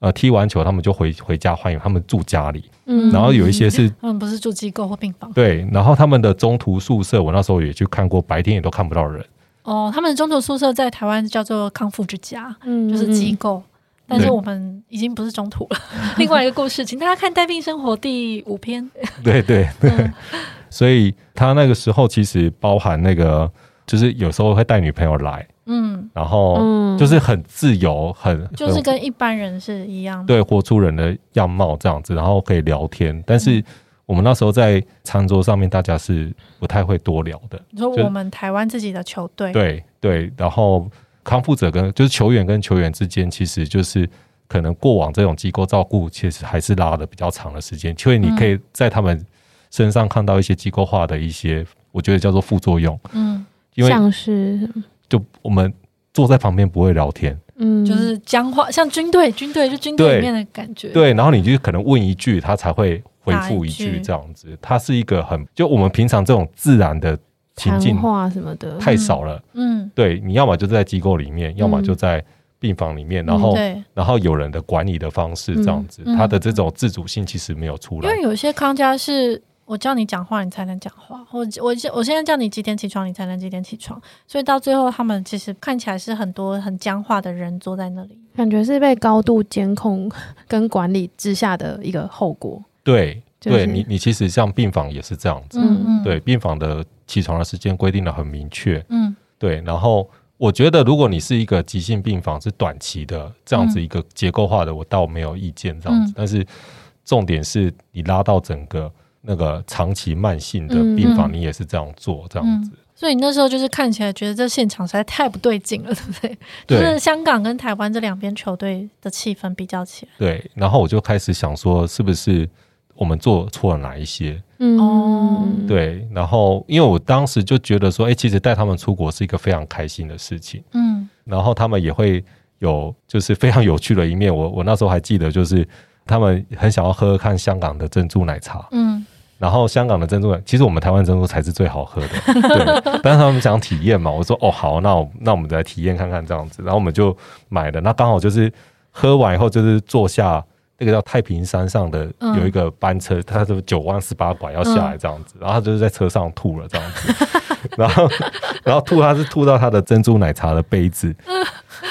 C: 呃踢完球，他们就回回家欢迎，他们住家里，
B: 嗯
C: 然后有一些是、
A: 他们不是住机构或病房
C: [laughs] 对，然后他们的中途宿舍，我那时候也去看过，白天也都看不到人。
A: 哦，他们的中途宿舍在台湾叫做康复之家，
B: 嗯
A: 就是机构。但是我们已经不是中途了。 [laughs] 另外一个故事，请大家看《带病生活》第五篇。
C: [laughs] 对对对，所以他那个时候其实包含那个，就是有时候会带女朋友来，
A: 嗯，
C: 然后
B: 嗯
C: 哦就是很自由，很
A: 就是
C: 很
A: 跟一般人是一样。
C: 对，活出人的样貌这样子，然后可以聊天。但是我们那时候在餐桌上面，大家是不太会多聊的。
A: 你说
C: 就是
A: 我们台湾自己的球队，
C: 对对，然后康复者跟就是球员跟球员之间，其实就是可能过往这种机构照顾，其实还是拉的比较长的时间，所以你可以在他们身上看到一些机构化的一些，我觉得叫做副作用，
A: 嗯，
C: 因为
B: 像是
C: 就我们坐在旁边不会聊天。
B: 嗯，
A: 就是僵化，像军队，军队就军队
C: 对
A: 里面的感觉。，
C: 对，然后你就可能问一句，他才会回复一
A: 答一
C: 句
A: 句
C: 这样子。它是一个很就我们平常这种自然的情
B: 谈
C: 境
B: 话什么的，
C: 太少了。
A: 嗯，
C: 对，你要么就在机构里面，要么就在病房里面，然后、
A: 对，
C: 然后有人的管理的方式这样子，
A: 嗯嗯
C: 他的这种自主性其实没有出
A: 因
C: 来。
A: 为有些康家是我叫你讲话，你才能讲话。我我现我现在叫你几点起床，你才能几点起床。所以到最后，他们其实看起来是很多很僵化的人坐在那里。
B: 感觉是被高度监控 [laughs] 跟管理之下的一个后果。
C: 对，
B: 就是
C: 对你你其实像病房也是这样子，
A: 嗯嗯，
C: 对，，病房的起床的时间规定的很明确，
A: 嗯
C: 对，然后我觉得如果你是一个急性病房，是短期的这样子一个结构化的，我倒没有意见这样子。
A: 嗯
C: 但是重点是你拉到整个那个长期慢性的
B: 嗯
C: 病房，
A: 嗯
C: 你也是这样做这样
A: 嗯
C: 子。。
A: 所以你那时候就是看起来觉得这现场实在太不对劲了，对 [laughs] 不对？就是
C: 对
A: 香港跟台湾这两边球队的气氛比较起来，
C: 对，然后我就开始想说，是不是我们做错了哪一些？
B: 嗯
A: 哦
C: 对，然后因为我当时就觉得说，哎，其实带他们出国是一个非常开心的事情。
A: 嗯
C: 然后他们也会有就是非常有趣的一面。我我那时候还记得，就是他们很想要喝喝看香港的珍珠奶茶，
A: 嗯
C: 然后香港的珍珠奶，其实我们台湾珍珠才是最好喝的，对。但是他们想体验嘛，我说哦好，那我那我们来体验看看这样子，然后我们就买了。那刚好就是喝完以后，就是坐下。那个叫太平山上的
A: 嗯
C: 有一个班车，它是九弯十八拐要下来这样子，然后他就是在车上吐了这样子， [laughs] 然后然后吐他是吐到他的珍珠奶茶的杯子，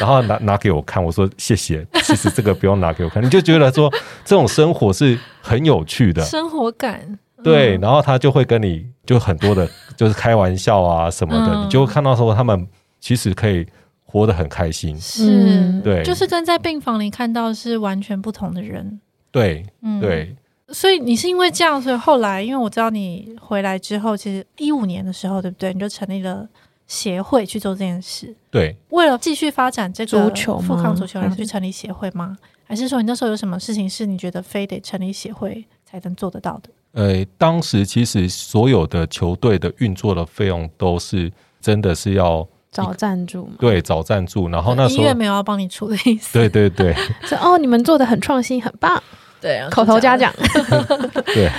C: 然后拿拿给我看，我说谢谢，其实这个不用拿给我看，你就觉得说这种生活是很有趣的，
A: 生活感，
C: 对，
A: 嗯
C: 然后他就会跟你就很多的，就是开玩笑啊什么的，
A: 嗯
C: 你就会看到说他们其实可以活得很开心。
A: 是，
C: 对
A: 就是跟在病房里看到是完全不同的人。
C: 对
A: 嗯，。
C: 对，
A: 所以你是因为这样，所以后来，因为我知道你回来之后，其实一五年的时候，对不对？你就成立了协会去做这件事，
C: 对，
A: 为了继续发展这个
B: 足球吗
A: 富康足球，然后
B: 还是
A: 去成立协会吗？还是说你那时候有什么事情是你觉得非得成立协会才能做得到的？
C: 呃，当时其实所有的球队的运作的费用都是真的是要
B: 找赞助嘛，
C: 对找赞助，然哦后那时
A: 医院
C: 候
A: 没有要帮你出的意思，
C: 对对对
B: 说哦，你们做的很创新，很棒，
A: [laughs] 对，然后
B: 口头嘉奖，
C: 对，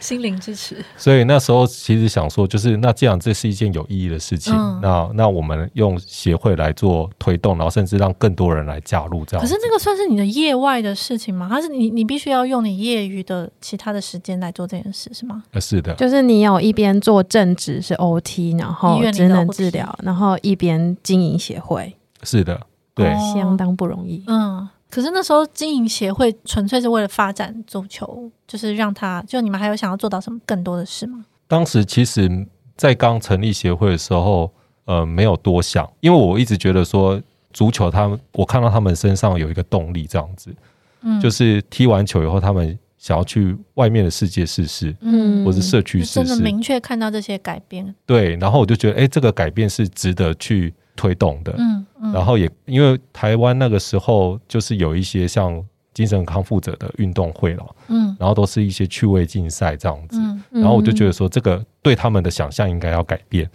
A: 心灵支持，
C: 所以那时候其实想说，就是那既然这是一件有意义的事情，
A: 嗯
C: 那那我们用协会来做推动，然后甚至让更多人来加入这样
A: 可
C: 子。
A: 是那个算是你的业外的事情吗？还是你你必须要用你业余的其他的时间来做这件事是吗？
C: 呃是的，
B: 就是你有一边做正职是 OT，然
A: 医
B: 后
A: 院里的
B: 职能
A: OT
B: 治疗，然后一边经营协会，
C: 是的，对。
A: 哦
B: 相当不容易。
A: 嗯，可是那时候经营协会纯粹是为了发展足球，就是让它就你们还有想要做到什么更多的事吗？
C: 当时其实，在刚成立协会的时候，呃，没有多想，因为我一直觉得说足球他们，我看到他们身上有一个动力，这样子，
A: 嗯，
C: 就是踢完球以后，他们想要去外面的世界试试，
B: 嗯
C: 或是社区
A: 就
C: 试
A: 真的
C: 试，
A: 明确看到这些改变，
C: 对。然后我就觉得，哎，这个改变是值得去推动的。
A: 嗯嗯，
C: 然后也因为台湾那个时候就是有一些像精神康复者的运动会了，
A: 嗯
C: 然后都是一些趣味竞赛这样子。
A: 嗯
C: 然后我就觉得说，这个对他们的想象应该要改变，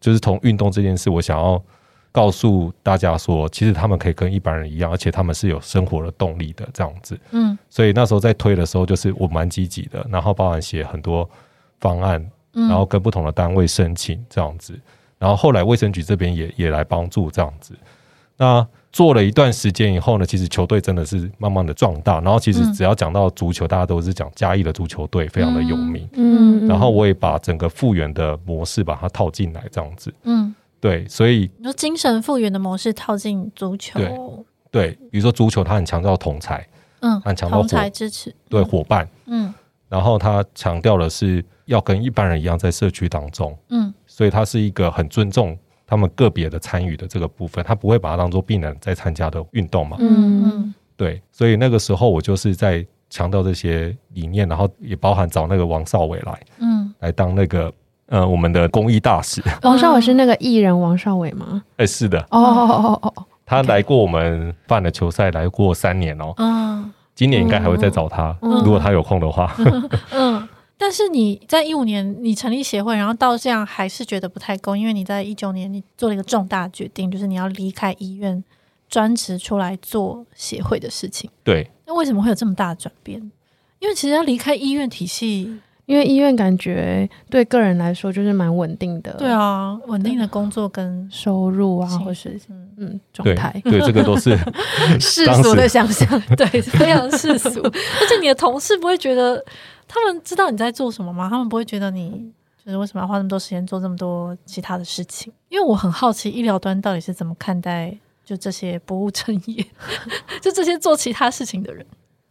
C: 就是从运动这件事，我想要告诉大家说，其实他们可以跟一般人一样，而且他们是有生活的动力的这样子。
A: 嗯
C: 所以那时候在推的时候，就是我蛮积极的，然后包含写很多方案，
A: 嗯，
C: 然后跟不同的单位申请这样子。然后后来卫生局这边也也来帮助这样子。那做了一段时间以后呢，其实球队真的是慢慢的壮大。然后其实
A: 嗯
C: 只要讲到足球，大家都是讲嘉义的足球队非常的有
A: 嗯
C: 名。
B: 嗯，
C: 然后我也把整个复原的模式把它套进来，这样子。
A: 嗯，
C: 对，所以
A: 你说精神复原的模式套进足球，
C: 对对，比如说足球，它很强调同才，
A: 嗯，
C: 很强调
A: 同
C: 伙
A: 才支持，
C: 对伙伴，
A: 嗯
C: 然后它强调的是要跟一般人一样在社区当中，
A: 嗯
C: 所以它是一个很尊重他们个别的参与的这个部分，它不会把它当做病人在参加的运动嘛。
A: 嗯
C: 对，所以那个时候我就是在强调这些理念，然后也包含找那个王少伟来
A: 嗯嗯，
C: 来当那个呃我们的公益大使。 [laughs]
B: 王少伟是那个艺人王少伟吗？
C: 哎，是的，
B: 哦哦哦哦哦，
C: 他来过我们办的球赛，来过三年哦，
A: 嗯
C: 今年应该还会再找他，
B: 嗯
C: 如果他有空的话。
A: 嗯。但是你在一五年你成立协会，然后到这样还是觉得不太够，因为你在一九年你做了一个重大决定，就是你要离开医院，专职出来做协会的事情。
C: [laughs] 对，
A: 那为什么会有这么大的转变？因为其实要离开医院体系，
B: 因为医院感觉对个人来说就是蛮稳定的，
A: 对，啊，稳定的工作跟
B: 收入啊，
A: 薪
B: 或是
A: 嗯
B: 嗯状
C: 对
B: 态，
C: 对，这个都
B: [laughs]
C: 是
B: 世
C: 当
B: 俗
C: 时
B: 的想象。
C: [laughs]
A: 对，非常世俗。而且你的同事不会觉得，他们知道你在做什么吗？他们不会觉得你就是为什么要花那么多时间做这么多其他的事情？因为我很好奇，医疗端到底是怎么看待就这些不务正业， [laughs] 就这些做其他事情的人？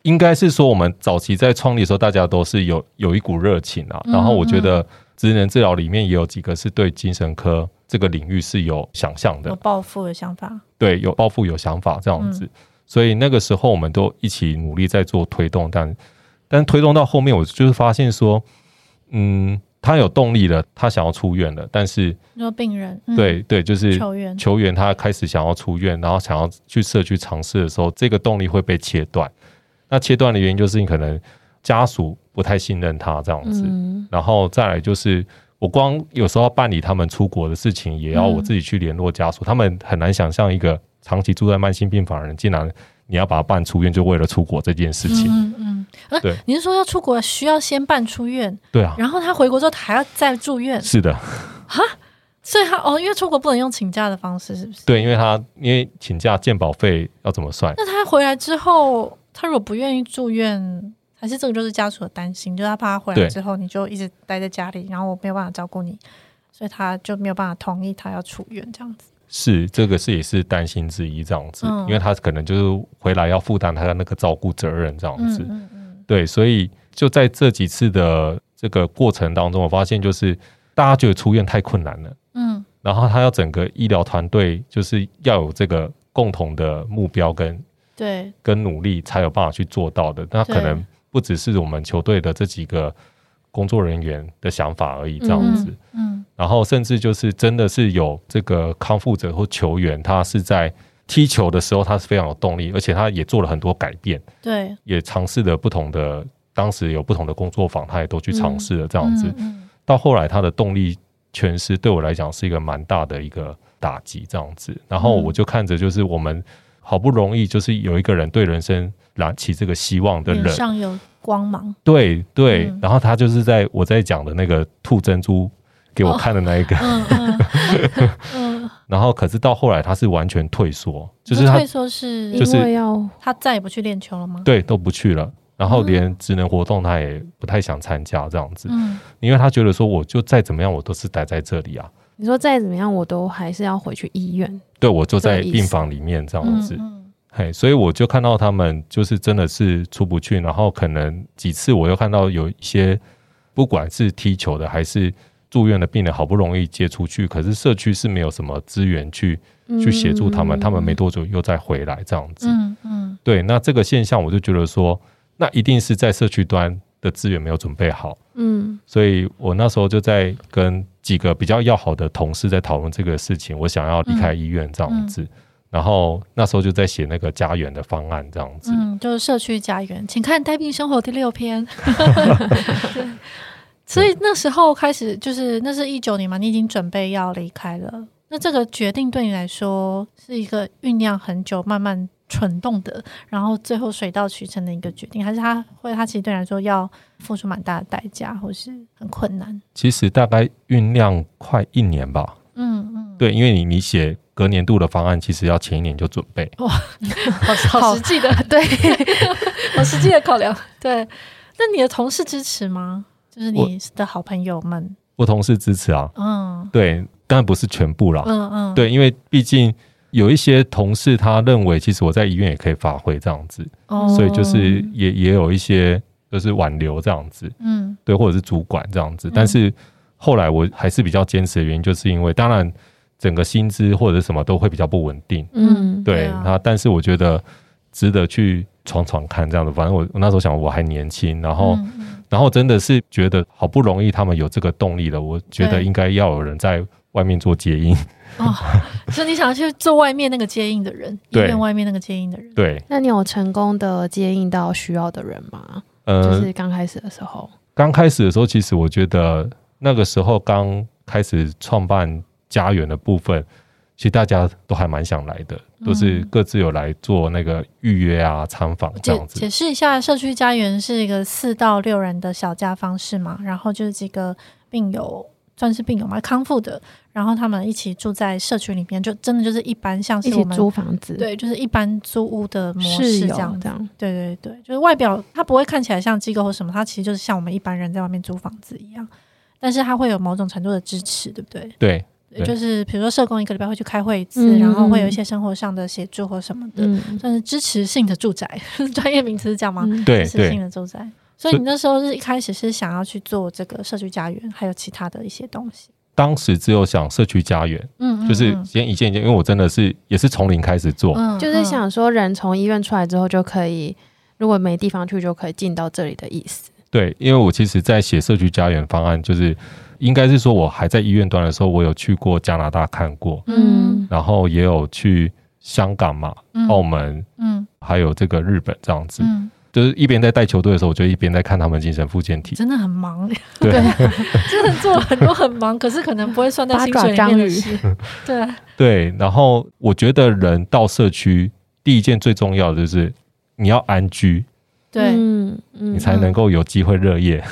C: 应该是说我们早期在创立的时候，大家都是有有一股热情啊。
A: 嗯
C: 然后我觉得职能治疗里面也有几个是对精神科这个领域是有想象
A: 有
C: 的，
A: 抱负的想法，
C: 对，有抱负、有想法这样子。所以那个时候我们都一起努力在做推动，但但推动到后面，我就是发现说，嗯，他有动力了，他想要出院了，但是
A: 你说病人、嗯、
C: 对对，就是
A: 球员，
C: 球员他开始想要出院，然后想要去社区尝试的时候，这个动力会被切断。那切断的原因就是你可能家属不太信任他这样子，
B: 嗯
C: 然后再来就是我光有时候要办理他们出国的事情，也要我自己去联络家属，他们很难想象一个长期住在慢性病房的人，竟然你要把他办出院，就为了出国这件事情。
A: 嗯嗯嗯，呃
C: 对
A: 你是说要出国需要先办出院，
C: 对啊，
A: 然后他回国之后还要再住院，
C: 是的，
A: 所以他哦，因为出国不能用请假的方式，是不是？
C: 对，因为他因为请假健保费要怎么算？
A: 那他回来之后，他如果不愿意住院，还是这个就是家属的担心，就是他怕他回来
C: 对
A: 之后你就一直待在家里，然后我没有办法照顾你，所以他就没有办法同意他要出院这样子。
C: 是，这个是也是担心之一，这样子，
A: 嗯
C: 因为他可能就是回来要负担他的那个照顾责任，这样
A: 嗯
C: 子，
A: 嗯嗯
C: 对，所以就在这几次的这个过程当中，我发现就是大家觉得出院太困难了，
A: 嗯
C: 然后他要整个医疗团队就是要有这个共同的目标跟
A: 对，
C: 跟努力才有办法去做到的，那可
A: 对
C: 能不只是我们球队的这几个工作人员的想法而已，这样子。
A: 嗯
C: 然后甚至就是真的是有这个康复者或球员，他是在踢球的时候，他是非常有动力，而且他也做了很多改变，
A: 对，
C: 也尝试了不同的，当时有不同的工作坊，他也都去尝试了
A: 这
C: 这样子。
A: 嗯
C: 到后来，他的动力全失，对我来讲是一个蛮大的一个打击，这样子。然后
A: 嗯
C: 我就看着，就是我们好不容易就是有一个人对人生燃起这个希望的
A: 嗯
C: 人
A: 脸，上有光
C: [laughs]
A: 芒，
C: 对对，
A: 嗯
C: 然后他就是在我在讲的那个吐珍珠给我看的那一个。
A: 嗯嗯嗯，
C: [laughs] 然后可是到后来他是完全退缩，就是
A: 你
C: 他
A: 会说是
C: 就是
B: 因为要
A: 他再也不去练球了吗？
C: 对都不去了，然后连职能活动他也不太想参加这样子，
A: 嗯
C: 因为他觉得说我就再怎么样我都是待在这里啊，
B: 你说再怎么样，我都还是要回去医院。
C: 对我就在
B: 这个意思
C: 病房里面这样
A: 嗯
C: 子，
A: 嗯
C: 嘿，所以我就看到他们就是真的是出不去，然后可能几次我又看到有一些不管是踢球的还是。住院的病人好不容易接出去，可是社区是没有什么资源去去协助他
B: 嗯
C: 们，他们没多久又再回来这样子。
A: 嗯嗯
C: 对，那这个现象我就觉得说，那一定是在社区端的资源没有准备好，
B: 嗯
C: 所以我那时候就在跟几个比较要好的同事在讨论这个事情，我想要离开医院这样
A: 嗯
C: 子，然后那时候就在写那个家园的方案这样子，
A: 嗯 [laughs] 嗯，就是社区家园，请看《呆病生活》第六篇。所以那时候开始，就是那是一九年嘛，你已经准备要离开了。那这个决定对你来说是一个酝酿很久、慢慢蠢动的，然后最后水到渠成的一个决定，还是他会他其实对你来说要付出蛮大的代价，或是很困难？
C: 其实大概酝酿快一年吧。
A: 嗯嗯，
C: 对，因为你你写隔年度的方案，其实要前一年就准备。
A: 嗯好好实 [laughs] 际的，
B: 对，
A: 好实际的考量。对，那你的同事支持吗？就是你的好朋友们，
C: 我同事支持啊，
A: 嗯
C: 对，当然不是全部啦，
A: 嗯嗯，，
C: 对，因为毕竟有一些同事他认为，其实我在医院也可以发挥这样子，
A: 哦
C: 所以就是也也有一些就是挽留这样子，
A: 嗯
C: 对，或者是主管这样子
A: 嗯。
C: 但是后来我还是比较坚持的原因，就是因为当然整个薪资或者什么都会比较不稳定，
B: 嗯，
A: 对
C: 对，
A: 啊
C: 那、但是我觉得值得去闯闯看这样子。反正我我那时候想我还年轻，然后、
A: 嗯嗯
C: 然后真的是觉得好不容易他们有这个动力了，我觉得
A: 对
C: 应该要有人在外面做接应， [laughs]
A: 所以你想要去做外面那个接应的人，医
C: 对
A: 院外面那个接应的人，
C: 对，
B: 那你有成功的接应到需要的人吗？
C: 呃
B: 就，是刚开始的时候，
C: 刚开始的时候，其实我觉得那个时候刚开始创办家园的部分，其实大家都还蛮想来的，
A: 嗯
C: 都是各自有来做那个预约啊、参访这
A: 解
C: 样子。
A: 解释一下，社区家园是一个四到六人的小家方式嘛，然后就是几个病友，算是病友嘛，康复的，然后他们一起住在社区里面，就真的就是一般像
B: 一
A: 是
B: 起
A: 我们
B: 租房子，，
A: 对，就是一般租屋的模
B: 室
A: 式
B: 友
A: 这样
B: 这
A: 子。
B: 样，
A: 对对对，就是外表它不会看起来像机构或什么，它其实就是像我们一般人在外面租房子一样，但是它会有某种程度的支持，对不对？
C: 对，对
A: 就是比如说社工一个礼拜会去开会一次，
B: 嗯
A: 然后会有一些生活上的协助或什么的，
B: 嗯，
A: 算是支持性的住宅， [laughs] 专业名词是这样吗？
B: 嗯
C: 对
A: 支持性
C: 对
A: 的住宅。所以你那时候是一开始是想要去做这个社区家园，还有其他的一些东西，
C: 当时只有想社区家园，
A: 嗯，嗯
C: 就是
A: 嗯
C: 先一件一件，因为我真的是也是从零开始做。
A: 嗯
B: 就是想说人从医院出来之后就可以，如果没地方去就可以进到这里的意思。
C: 对，因为我其实，在写社区家园方案，就是应该是说我还在医院端的时候，我有去过加拿大看过，
A: 嗯
C: 然后也有去香港嘛、
A: 嗯
C: 澳门，
A: 嗯
C: 还有这个日本这样子。
A: 嗯，
C: 哦就是一边在带球队的时候，我就一边在看他们精神复健
A: [laughs]
C: 体。
A: 真的很忙，
C: 对，
A: 真的 [laughs] 做了很多很忙，可是可能不会算在薪水里面的事。
C: [laughs]
A: 对，
C: [laughs] 对，然后我觉得人到社区，第一件最重要的就是你要安居，
A: 对，
B: 嗯嗯
C: 你才能够有机会热业。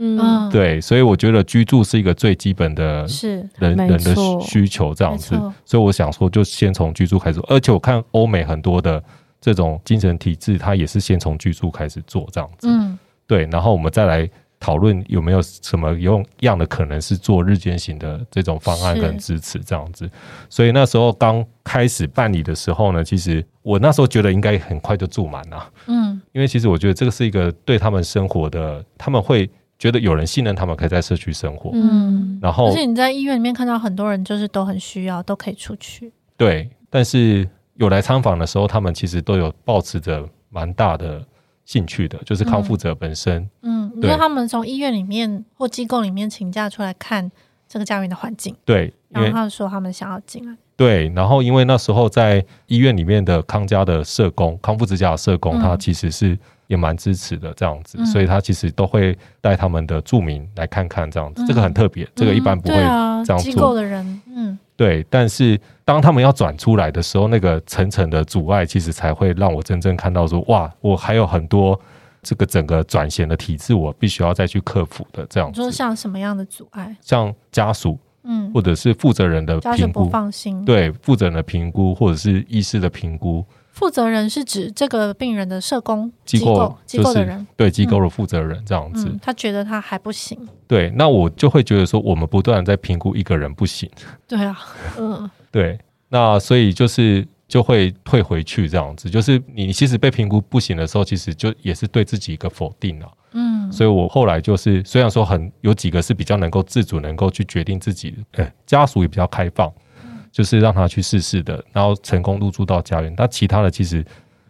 B: 嗯
A: 嗯，，
C: 对，所以我觉得居住是一个最基本的
A: 是
C: 人
B: 没
C: 人的
B: 错
C: 需求，这样
A: 没
C: 子
A: 错。
C: 所以我想说，就先从居住开始。而且我看欧美很多的这种精神体制，它也是先从居住开始做这样子。
A: 嗯
C: 对，然后我们再来讨论有没有什么用样的可能是做日间型的这种方案
A: 是
C: 跟支持这样子。所以那时候刚开始办理的时候呢，其实我那时候觉得应该很快就住满了，
A: 嗯
C: 因为其实我觉得这个是一个对他们生活的，他们会觉得有人信任他们可以在社区生活。
B: 嗯，
C: 然
A: 而
C: 后
A: 且你在医院里面看到很多人，就是都很需要，都可以出去。
C: 对，但是有来参访的时候，他们其实都有抱持着蛮大的兴趣的，就是康复者本身。
A: 嗯，你
C: 对
A: 说他们从医院里面或机构里面请假出来看这个家园的环境，
C: 对，因
A: 然后
C: 为
A: 他们说他们想要进来。
C: 对，然后因为那时候在医院里面的康家的社工、康复之家的社工，
A: 嗯
C: 他其实是也蛮支持的这样子，
A: 嗯
C: 所以他其实都会带他们的住民来看看这样子，
A: 嗯
C: 这个很特别，这个一般不
A: 嗯
C: 会、
A: 对啊
C: 这样做
A: 机构的人，嗯
C: 对。但是当他们要转出来的时候，那个层层的阻碍，其实才会让我真正看到说，哇，我还有很多这个整个转型的体制，我必须要再去克服的这样
A: 你说
C: 子。
A: 像什么样的阻碍？
C: 像家属
A: 嗯，
C: 或者是负责人的
A: 家属
C: 评
A: 不
C: 估，
A: 放心。，
C: 对负责人的评估或者是医师的评估。
A: 负责人是指这个病人的社工
C: 机构
A: 机构
C: 就
A: 的
C: 是
A: 人。
C: 对机构的负责人这样子。
A: 嗯嗯，他觉得他还不行。
C: 对，那我就会觉得说，我们不断地在评估一个人不行，
A: 对啊，嗯
C: 对，那所以就是就会退回去这样子。就是你其实被评估不行的时候，其实就也是对自己一个否定啊。
A: 嗯，
C: 所以我后来就是，虽然说很有几个是比较能够自主，能够去决定自己，呃，家属也比较开放，
A: 嗯
C: 就是让他去试试的，然后成功入住到家园。那其他的其实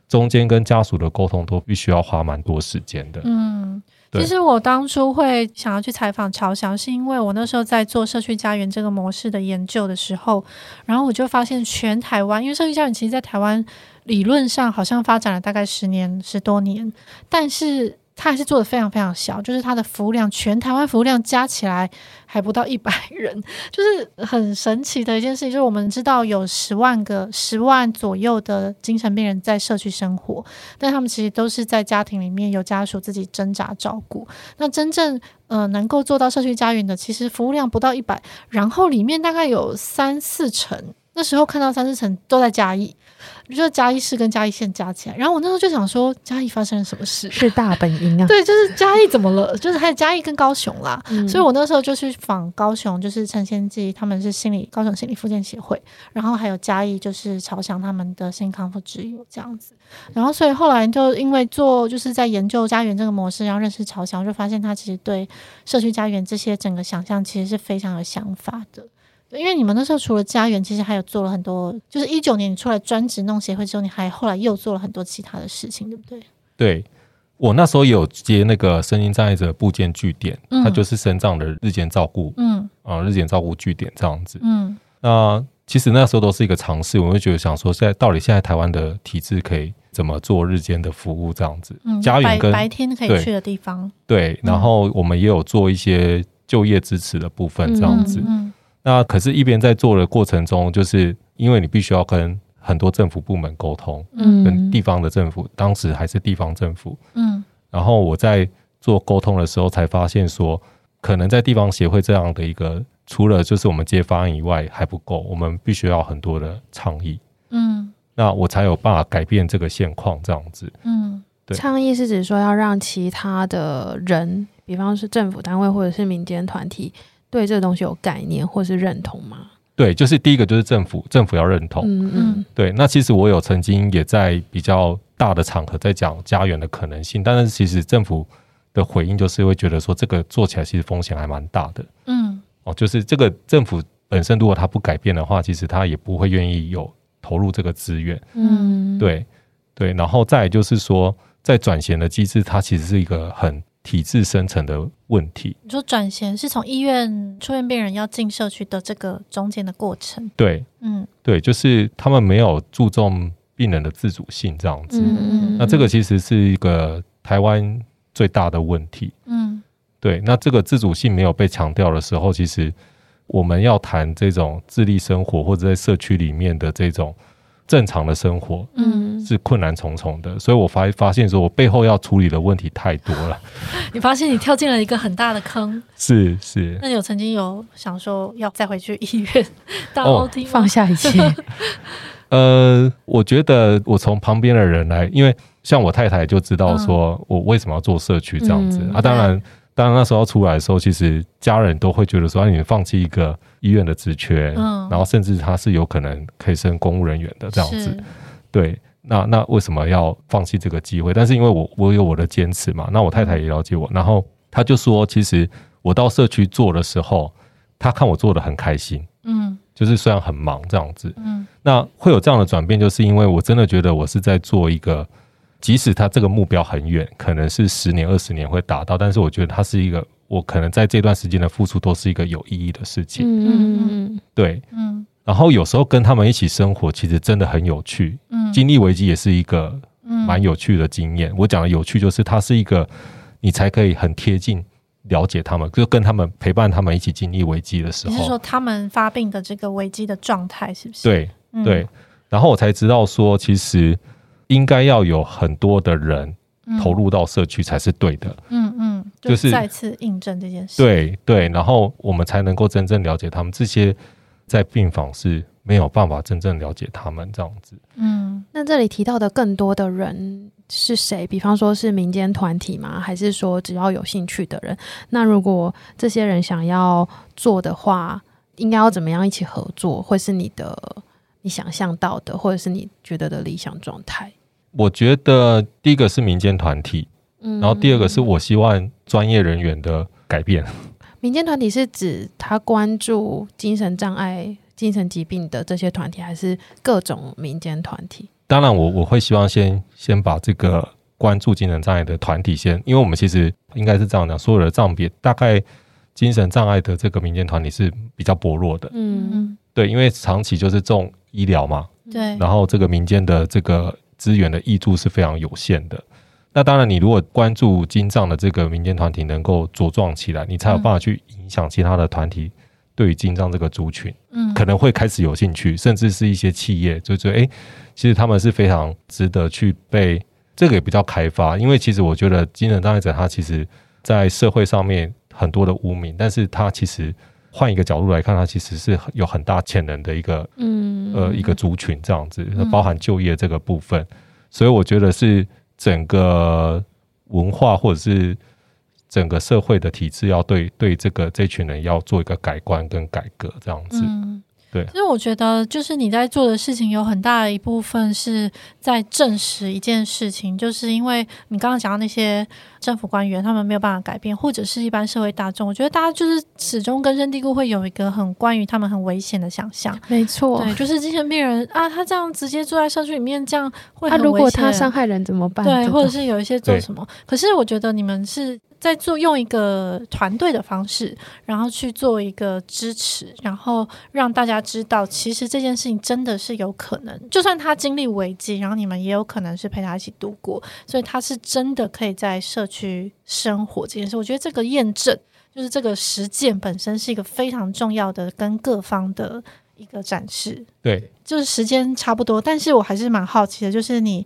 C: 中间跟家属的沟通都必须要花蛮多时间的。
A: 嗯，
C: 对
A: 其实我当初会想要去采访朝翔，是因为我那时候在做社区家园这个模式的研究的时候，然后我就发现全台湾，因为社区家园其实在台湾理论上好像发展了大概十年十多年，但是。它还是做的非常非常小，就是它的服务量，全台湾服务量加起来还不到一百人， [laughs] 就是很神奇的一件事情。就是我们知道有十万个、十万左右的精神病人在社区生活，但他们其实都是在家庭里面由家属自己挣扎照顾。那真正呃能够做到社区家园的，其实服务量不到一百，然后里面大概有三四成。那时候看到三四成都在嘉义，就是嘉义市跟嘉义县加起来。然后我那时候就想说，嘉义发生了什么事？ [laughs]
B: 是大本营啊，
A: 对，就是嘉义怎么了？就是还有嘉义跟高雄啦。
B: 嗯
A: 所以我那时候就去访高雄，就是陈先记他们是心理高雄心理复健协会，然后还有嘉义就是朝翔他们的心康复之友这样子。然后所以后来就因为做就是在研究家园这个模式，然后认识朝翔，就发现他其实对社区家园这些整个想象其实是非常有想法的。因为你们那时候除了家园，其实还有做了很多，就是一九年你出来专职弄协会之后，你还后来又做了很多其他的事情，对不对？
C: 对我那时候也有接那个身心障碍者部件据点，
A: 嗯
C: 它就是身障的日间照顾
A: 嗯
C: 啊、日间照顾据点这样子。
A: 嗯。
C: 那其实那时候都是一个尝试，我就觉得想说，现在到底现在台湾的体制可以怎么做日间的服务这样子？
A: 嗯，
C: 家园
A: 白
C: 跟
A: 白嗯天可以
C: 对
A: 去的地方，
C: 对，然后我们也有做一些就业支持的部分这样子。
A: 嗯
C: 那可是，一边在做的过程中，就是因为你必须要跟很多政府部门沟通，
B: 嗯
C: 跟地方的政府，当时还是地方政府。
A: 嗯
C: 然后我在做沟通的时候，才发现说，可能在地方协会这样的一个，除了就是我们接方案以外还不够，我们必须要很多的倡议，
A: 嗯
C: 那我才有办法改变这个现况这样子。
A: 嗯
C: 对
B: 倡议是指说要让其他的人，比方是政府单位或者是民间团体，对这个东西有概念或是认同吗？
C: 对，就是第一个就是政府，政府要认同。
B: 嗯嗯
C: 对，那其实我有曾经也在比较大的场合在讲家园的可能性，但是其实政府的回应就是会觉得说，这个做起来其实风险还蛮大的
A: 嗯
C: 哦，就是这个政府本身如果它不改变的话，其实它也不会愿意有投入这个资源。
B: 嗯，，
C: 对对，然后再来就是说，在转型的机制，它其实是一个很体制深层的问题。
A: 你说转衔是从医院出院病人要进社区的这个中间的过程，
C: 对
A: 嗯
C: 对，就是他们没有注重病人的自主性这样子。
B: 嗯嗯，
C: 那这个其实是一个台湾最大的问题。
A: 嗯
C: 对，那这个自主性没有被强调的时候，其实我们要谈这种自立生活或者在社区里面的这种正常的生活，
A: 嗯，
C: 是困难重重的。所以我发发现说，我背后要处理的问题太多
A: [laughs]
C: 了。
A: 你发现你跳进了一个很大的坑，
C: 是是，
A: 那你有曾经有想说要再回去医院当
C: 哦
A: OT 吗？
B: 放下一 [laughs] 切，
C: 呃，我觉得我从旁边的人来，因为像我太太就知道
A: 嗯
C: 说我为什么要做社区这样子、
B: 嗯
C: 啊。当然，当然那时候出来的时候，其实家人都会觉得说，啊、你们放弃一个医院的职缺，
A: 嗯
C: 然后甚至他是有可能可以升公务人员的这样子。
A: 是，
C: 对，那那为什么要放弃这个机会？但是因为我我有我的坚持嘛，那我太太也了解我，然后她就说，其实我到社区做的时候，她看我做的很开心，
A: 嗯
C: 就是虽然很忙这样子，
A: 嗯
C: 那会有这样的转变，就是因为我真的觉得我是在做一个。即使它这个目标很远，可能是十年、二十年会达到，但是我觉得它是一个，我可能在这段时间的付出都是一个有意义的事情。
B: 嗯嗯
C: 对，
A: 嗯
C: 然后有时候跟他们一起生活，其实真的很有趣。
A: 嗯，
C: 经历危机也是一个
A: 嗯
C: 蛮有趣的经验。我讲的有趣，就是它是一个你才可以很贴近了解他们，就跟他们陪伴他们一起经历危机的时
A: 你是说
C: 候，
A: 他们发病的这个危机的状态是不是？
C: 对
A: 嗯
C: 对。然后我才知道说，其实应该要有很多的人投，入到社区才是对的，
A: 嗯嗯嗯，就
C: 就是
A: 再次印证这件事，
C: 对对。然后我们才能够真正了解他们这些在病房是没有办法真正了解他们这样子。
A: 嗯。
B: 那这里提到的更多的人是谁？比方说是民间团体吗？还是说只要有兴趣的人？那如果这些人想要做的话，应该要怎么样一起合作？会是你的你想象到的，或者是你觉得的理想状态？
C: 我觉得第一个是民间团体，
B: 嗯
C: 然后第二个是我希望专业人员的改变。
B: 民间团体是指他关注精神障碍、精神疾病的这些团体，还是各种民间团体？
C: 当然我，我会希望先先把这个关注精神障碍的团体先，因为我们其实应该是这样讲，所有的障别大概精神障碍的这个民间团体是比较薄弱的，
B: 嗯
A: 嗯，
C: 对，因为长期就是重医疗嘛，
A: 对，
C: 然后这个民间的这个资源的益助是非常有限的。那当然，你如果关注金藏的这个民间团体能够茁壮起来，你才有办法去影响其他的团体对于金藏这个族群。
A: 嗯，
C: 可能会开始有兴趣，甚至是一些企业就觉得，哎、其实他们是非常值得去被这个也比较开发，因为其实我觉得精神障碍者他其实在社会上面很多的污名，但是他其实换一个角度来看，他其实是很有很大潜能的一个
B: 嗯
C: 呃一个族群这样子
A: 嗯，
C: 包含就业这个部分，所以我觉得是整个文化或者是整个社会的体制要对对这个这群人要做一个改观跟改革这样子，
A: 嗯，
C: 对
A: 其实我觉得，就是你在做的事情有很大的一部分是在证实一件事情，就是因为你刚刚讲到那些政府官员，他们没有办法改变，或者是一般社会大众，我觉得大家就是始终根深蒂固会有一个很关于他们很危险的想象。
B: 没错。
A: 对，就是精神病人啊，他这样直接坐在社区里面，这样会
B: 那、
A: 很危险。
B: 如果他伤害人怎么办？
A: 对，
B: 这
A: 或者
B: 种
A: 是有一些做
C: 对
A: 什么。可是我觉得你们是在做用一个团队的方式，然后去做一个支持，然后让大家知道，其实这件事情真的是有可能，就算他经历危机，然后你们也有可能是陪他一起度过，所以他是真的可以在社区生活这件事。我觉得这个验证。就是这个实践本身是一个非常重要的，跟各方的一个展示。
C: 对。
A: 就是时间差不多，但是我还是蛮好奇的，就是你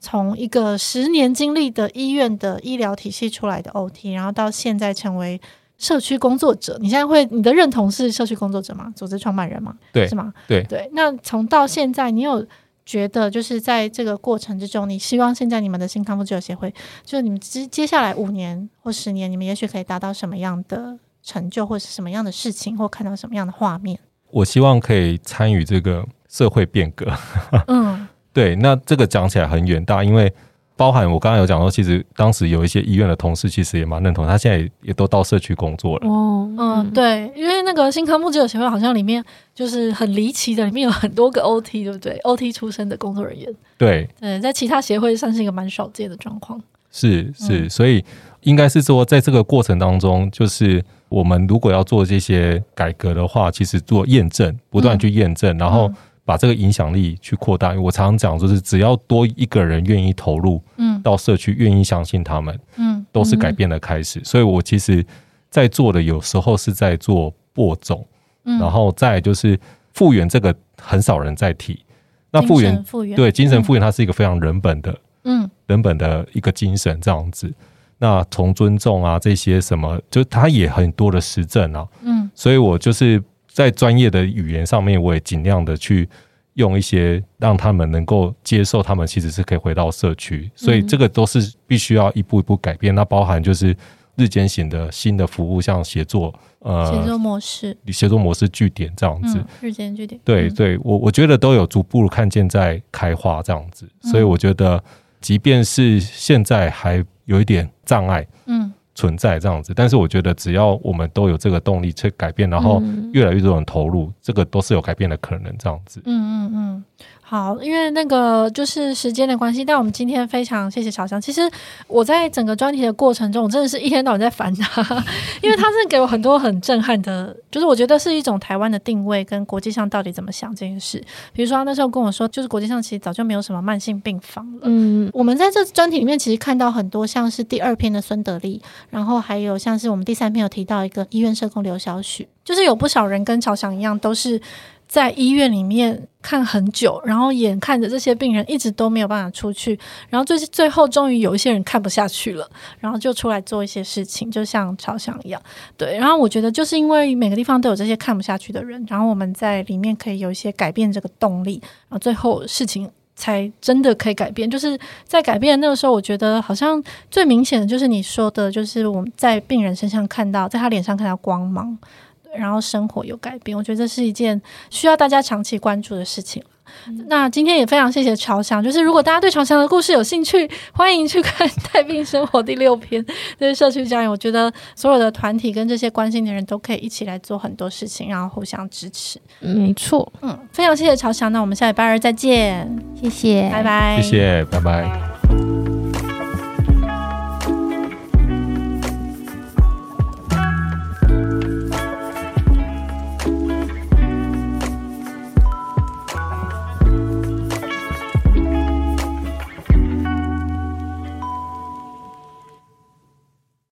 A: 从一个十年经历的医院的医疗体系出来的 OT，然后到现在成为社区工作者，你现在会你的认同是社区工作者吗？组织创办人吗？
C: 对
A: 是吗？
C: 对
A: 对。那从到现在，你有觉得就是在这个过程之中，你希望现在你们的新康复治疗协会，就是你们接接下来五年或十年，你们也许可以达到什么样的成就，或是什么样的事情，或看到什么样的画面？
C: 我希望可以参与这个社会变革。 [laughs]
A: 嗯
C: 对，那这个讲起来很远大，因为包含我刚刚有讲到，其实当时有一些医院的同事其实也蛮认同，他现在也也都到社区工作了。
B: 哦，
A: 嗯，，对，因为那个新科目只有协会好像里面就是很离奇的，里面有很多个 [laughs] OT，对不对？OT 出身的工作人员，
C: 对，
A: 对，在其他协会算是一个蛮少见的状况。
C: 是是，
A: 嗯
C: 所以应该是说，在这个过程当中，就是我们如果要做这些改革的话，其实做验证，不断去验证，然
A: 嗯
C: 后把这个影响力去扩大。因为我常常讲，就是只要多一个人愿意投入
A: 嗯
C: 到社区，愿意相信他们，
A: 嗯
C: 都是改变的开始。所以我其实，在做的有时候是在做播种，
A: 嗯
C: 然后再来就是复原这个很少人在提。那复
A: 精
C: 原
A: 神复原，
C: 对精神复原，它是一个非常人本的、
A: 嗯
C: 人本的一个精神这样子。那从尊重啊这些什么，就它也很多的实证啊，
A: 嗯
C: 所以我就是在专业的语言上面，我也尽量的去用一些让他们能够接受，他们其实是可以回到社区，所以这个都是必须要一步一步改变。那包含就是日间型的新的服务，像协作
A: 协
C: 呃
A: 作模式，
C: 协作模式据点这样子。
A: 嗯，日间据点，
C: 对
A: 嗯
C: 对，我我觉得都有逐步看见在开花这样子，所以
A: 嗯
C: 我觉得即便是现在还有一点障碍
A: 嗯
C: 存在这样子，但是我觉得只要我们都有这个动力去改变，然后
B: 嗯
C: 越来越多人投入，这个都是有改变的可能。这样子，
A: 嗯嗯嗯，好，因为那个就是时间的关系，但我们今天非常谢谢小香。其实我在整个专题的过程中，我真的是一天到晚在烦他， [laughs] 因为他真的给我很多很震撼的，就是我觉得是一种台湾的定位跟国际上到底怎么想这件事。比如说他那时候跟我说，就是国际上其实早就没有什么慢性病房了，
B: 嗯
A: 我们在这专题里面其实看到很多，像是第二篇的孙德利，然后还有像是我们第三篇有提到一个医院社工刘小许，就是有不少人跟朝翔一样，都是在医院里面看很久，然后眼看着这些病人一直都没有办法出去，然后最最后终于有一些人看不下去了，然后就出来做一些事情，就像朝翔一样，对。然后我觉得就是因为每个地方都有这些看不下去的人，然后我们在里面可以有一些改变这个动力，然后最后事情。才真的可以改变，就是在改变的那个时候，我觉得好像最明显的就是你说的，就是我们在病人身上看到，在他脸上看到光芒，对然后生活有改变。我觉得这是一件需要大家长期关注的事情。那今天也非常谢谢朝翔，就是如果大家对朝翔的故事有兴趣，欢迎去看《带病生活》第六篇，就是社区家园。我觉得所有的团体跟这些关心的人都可以一起来做很多事情，然后互相支持。嗯
B: 没错，
A: 嗯，非常谢谢朝翔，那我们下礼拜二再见，
B: 谢谢，
A: 拜拜，
C: 谢谢，拜拜。